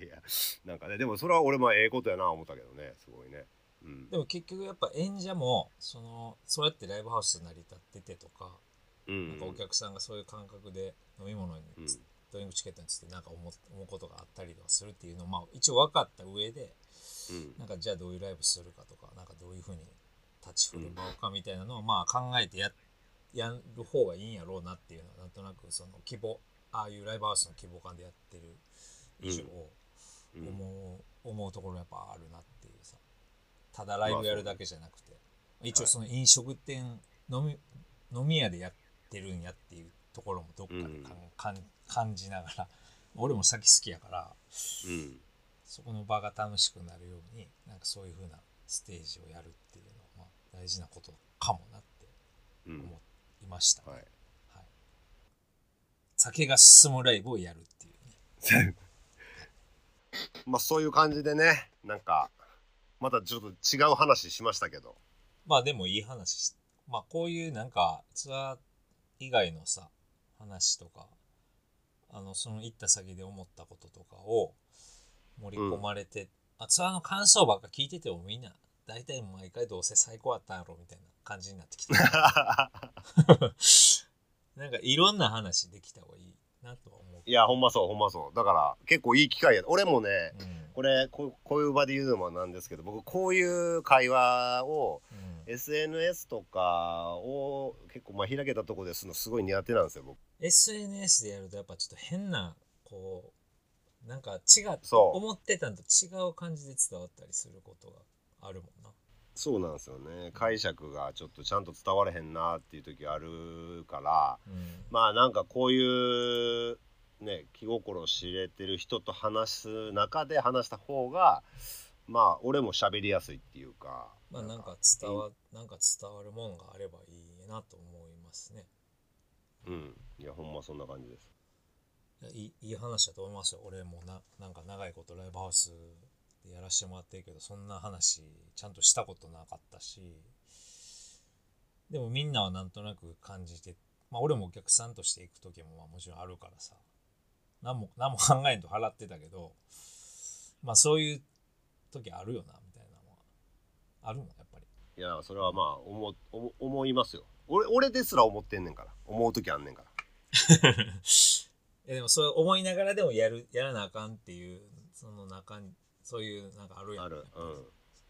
C: やいやなんかねでもそれは俺もええことやな思ったけどねすごいねうん
B: でも結局やっぱ演者も、その、そうやってライブハウス成り立っててとか、
C: うん
B: なんかお客さんがそういう感覚で飲み物に、
C: うん
B: ドリンクチケットについてなんか思う思うことがあったりとかするっていうのを、まあ一応分かった上で、
C: うん
B: なんかじゃあどういうライブするかとか、なんかどういうふうに立ち振る舞うかみたいなのをまあ考えてややる方がいいんやろうなっていうのはなんとなくその規模、ああいうライブハウスの規模感でやってる以上、
C: うん
B: 思う思うところやっぱあるなっていうさただライブやるだけじゃなくて、一応その飲食店飲み飲み屋でやってるんやっていうところもどっかでかん、
C: うん
B: かん感じながら俺も先好きやから
C: うん
B: そこの場が楽しくなるようになんかそういう風なステージをやるっていうのは、まあ、大事なことかもなって
C: う
B: 思
C: ん
B: いました、
C: はい
B: はい酒が進むライブをやるっていうね
C: まあそういう感じでねなんかまたちょっと違う話しましたけど
B: まあでもいい話しまあこういうなんかツアー以外のさ話とかあのその行った先で思ったこととかを盛り込まれて、あツアーの感想ばっか聞いててもみんな大体毎回どうせ最高だったんやろみたいな感じになって きたなんかいろんな話できた方がいいなとは思う、
C: いやほんまそうほんまそうだから結構いい機会や俺もね
B: うん
C: これこうこういう場で言うのもなんですけど僕こういう会話を
B: うん、
C: SNS とかを結構まあ開けたとこでするのすごい苦手なんですよ僕
B: SNS でやるとやっぱちょっと変なこうなんか違う
C: そう
B: 思ってたんと違う感じで伝わったりすることがあるもんな
C: そうなんですよね解釈がちょっとちゃんと伝われへんなっていう時あるから
B: うん
C: まあなんかこういうね気心を知れてる人と話す中で話した方がまあ俺も喋りやすいっていうか
B: まあなんか伝わなんか伝わるもんがあればいいなと思いますね
C: うんいやほんまそんな感じです
B: いやいいいい話だと思いますよ俺もななんか長いことライブハウスでやらせてもらってるけどそんな話ちゃんとしたことなかったしでもみんなはなんとなく感じてまあ俺もお客さんとして行く時もまあもちろんあるからさ何も何も考えんと払ってたけどまあそういう時あるよなみたいなのはあるもんやっぱり
C: いやそれはまあ思う思思いますよ俺俺ですら思ってんねんから思う時あんねんから
B: いやでもそう思いながらでもやるやらなあかんっていうその中にそういうなんかあるやん
C: あるうん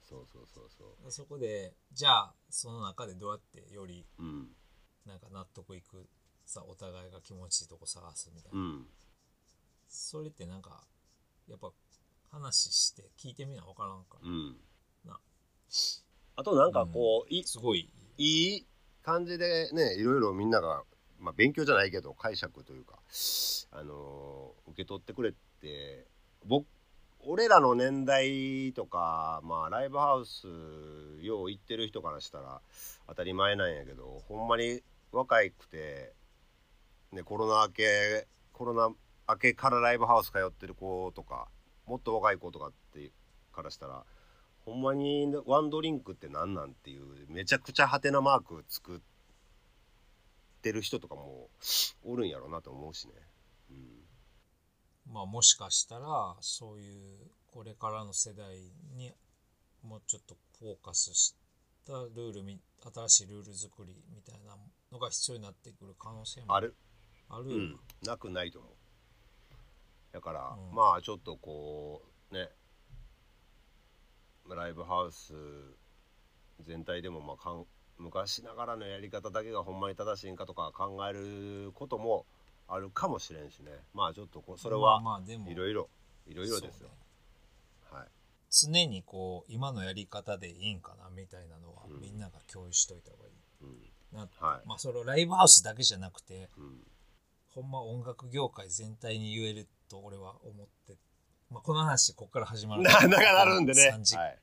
C: そうそうそうそ
B: そこでじゃあその中でどうやってより
C: ううん
B: なんか納得いくさお互いが気持ちいいとこ探すみたいな、
C: うん
B: それってなんかやっぱ話して聞いてみな分からんか
C: うん
B: な
C: あとなんかこう、い
B: らすごい
C: いい感じでねいろいろみんなが、まあ、勉強じゃないけど解釈というか、あのー受け取ってくれって僕俺らの年代とか、まあ、ライブハウスよう行ってる人からしたら当たり前なんやけどほんまに若いくて、ね、コロナ明けコロナ明けからライブハウス通ってる子とかもっと若い子とかってからしたらほんまにワンドリンクって何なんっていうめちゃくちゃハテなマーク作ってる人とかもおるんやろうなと思うしね。うん
B: まあもしかしたらそういうこれからの世代にもうちょっとフォーカスしたルールみ新しいルール作りみたいなのが必要になってくる可能性も
C: ある
B: ある、
C: うん、なくないと思うだから、
B: うん
C: まあちょっとこうねライブハウス全体でもまあかん昔ながらのやり方だけがほんまに正しいんかとか考えることもあるかもしれんしねまあちょっとこうそれは
B: まあまあでも
C: いろいろいろいろです
B: そう
C: よ
B: ね、
C: はい
B: 常にこう今のやり方でいいんかなみたいなのは
C: うん
B: みんなが共有しといた方がいい
C: うん
B: な、
C: はい
B: まあそれをライブハウスだけじゃなくて
C: うん
B: ほんま音楽業界全体に言えると俺は思って、まあ、この話ここから始まる
C: 長くなるんでね、は
B: 3
C: い
B: 時
C: はい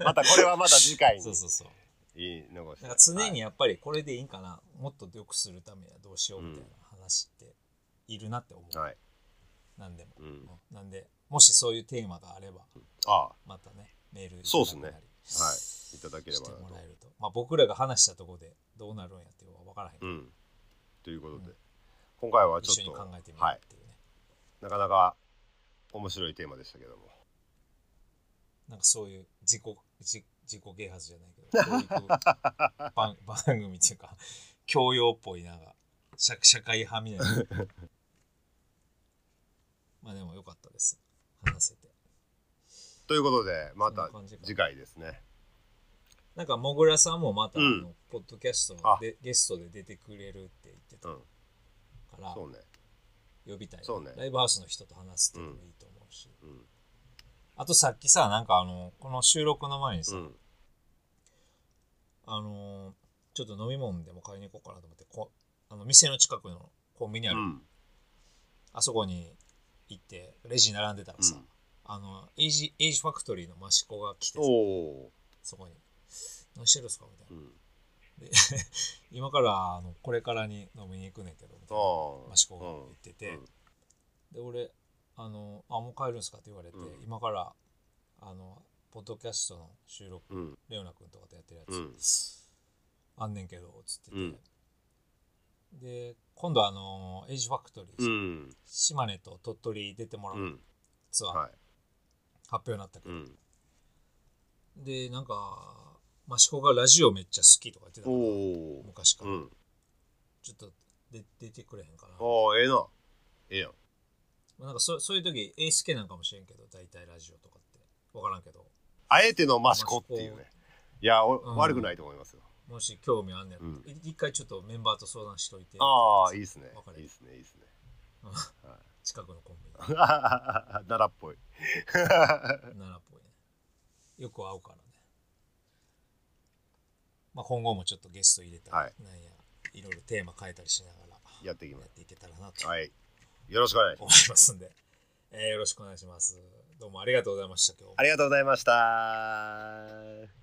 C: またこれはまた次回に
B: そうそうそう
C: いいのが欲しい
B: だから 常にやっぱりこれでいいんかな、もっと良くするためにはどうしようみたいな話っているなって思う、
C: はい、はい
B: なんでも、
C: うん、
B: うんなんでもしそういうテーマがあれば
C: ああ
B: またねメール
C: そうっすね
B: いただいたり
C: はいいただけれ
B: し
C: ば
B: て
C: なと
B: もらえると、まあ、僕らが話したところでどうなるんやっていうのは分からへん、
C: うん。ということで、
B: うん
C: 今回は
B: 一
C: ち
B: 緒
C: ょ
B: に考
C: っと、
B: えてみる
C: はい
B: っ、ていうね、
C: なかなか面白いテーマでしたけども。
B: なんかそういう自己自自己啓発じゃないけど教育番番組っていうか教養っぽいなんか社社会派みたいな まあでも良かったです話せて
C: ということで、ま
B: そ
C: た
B: んな感じか
C: 次回ですね。
B: なんかもぐらさんもまた、
C: うん
B: あのポッドキャスト
C: あ
B: でゲストで出てくれるって言ってた
C: う
B: か
C: ん、
B: ら、
C: そうね。
B: 呼びたいな
C: そうね
B: ライブハウスの人と話すっていうのもいいと思うし、
C: うん。
B: あとさっきさなんかあのこの収録の前にさ、
C: うん。
B: あのーちょっと飲み物でも買いに行こうかなと思ってこあの店の近くのコンビニあ
C: う
B: る、
C: ん。
B: あそこに行ってレジ並んでたらさ、
C: うん
B: あのエイジエイジファクトリーの益子が来て
C: お
B: さ
C: お
B: そこに「何してるんすか?」みたい
C: ー。う
B: な、で
C: ん。
B: 今からあのこれからに飲みに行くねんけど」みたいな
C: ああ。
B: 益子が言ってて、
C: うん
B: で俺あのあ「もう帰るんすか?」って言われて、
C: うん
B: 今からあのポッドキャストの収録
C: うん。
B: レオナ君とかとやってるや
C: うん
B: つ、あんねんけどつってて、
C: うん
B: で今度あのエイジファクトリー
C: う
B: さ、
C: ん。
B: 島根と鳥取出てもら
C: う。
B: うんツアー、
C: は
B: 発表になったけ
C: い。う
B: ど、
C: ん。
B: でなんか益子がラジオめっちゃ好きとか言ってた
C: お
B: から
C: おー。
B: 昔から、
C: うん。
B: ちょっとで出てくれへんかな
C: ああ、ええな。ええやん。
B: まあなんかそそういう時エース系なんかもしれんけど大体ラジオとかって分からんけど
C: あえてのマシコっていう
B: 益
C: ね。いや、お
B: うん
C: 悪くないと思いますよ。
B: もし興味あんねやったら
C: うん
B: い一回ちょっとメンバーと相談しといて
C: ああ、いいですね
B: わか。る
C: いいですね。いいですね。
B: 近くのコンビニ
C: はい奈良っぽい。
B: 奈良っぽいねよく会うからねまあ今後もちょっとゲスト入れたり、
C: はい
B: なんやいろいろテーマ変えたりしながら
C: やっていきま
B: や
C: す
B: っ。ていけたらなと
C: はい。よろしくお願いします。
B: 思いますんで、えーよろしくお願いしますどうもありがとうございました今日も
C: ありがとうございました。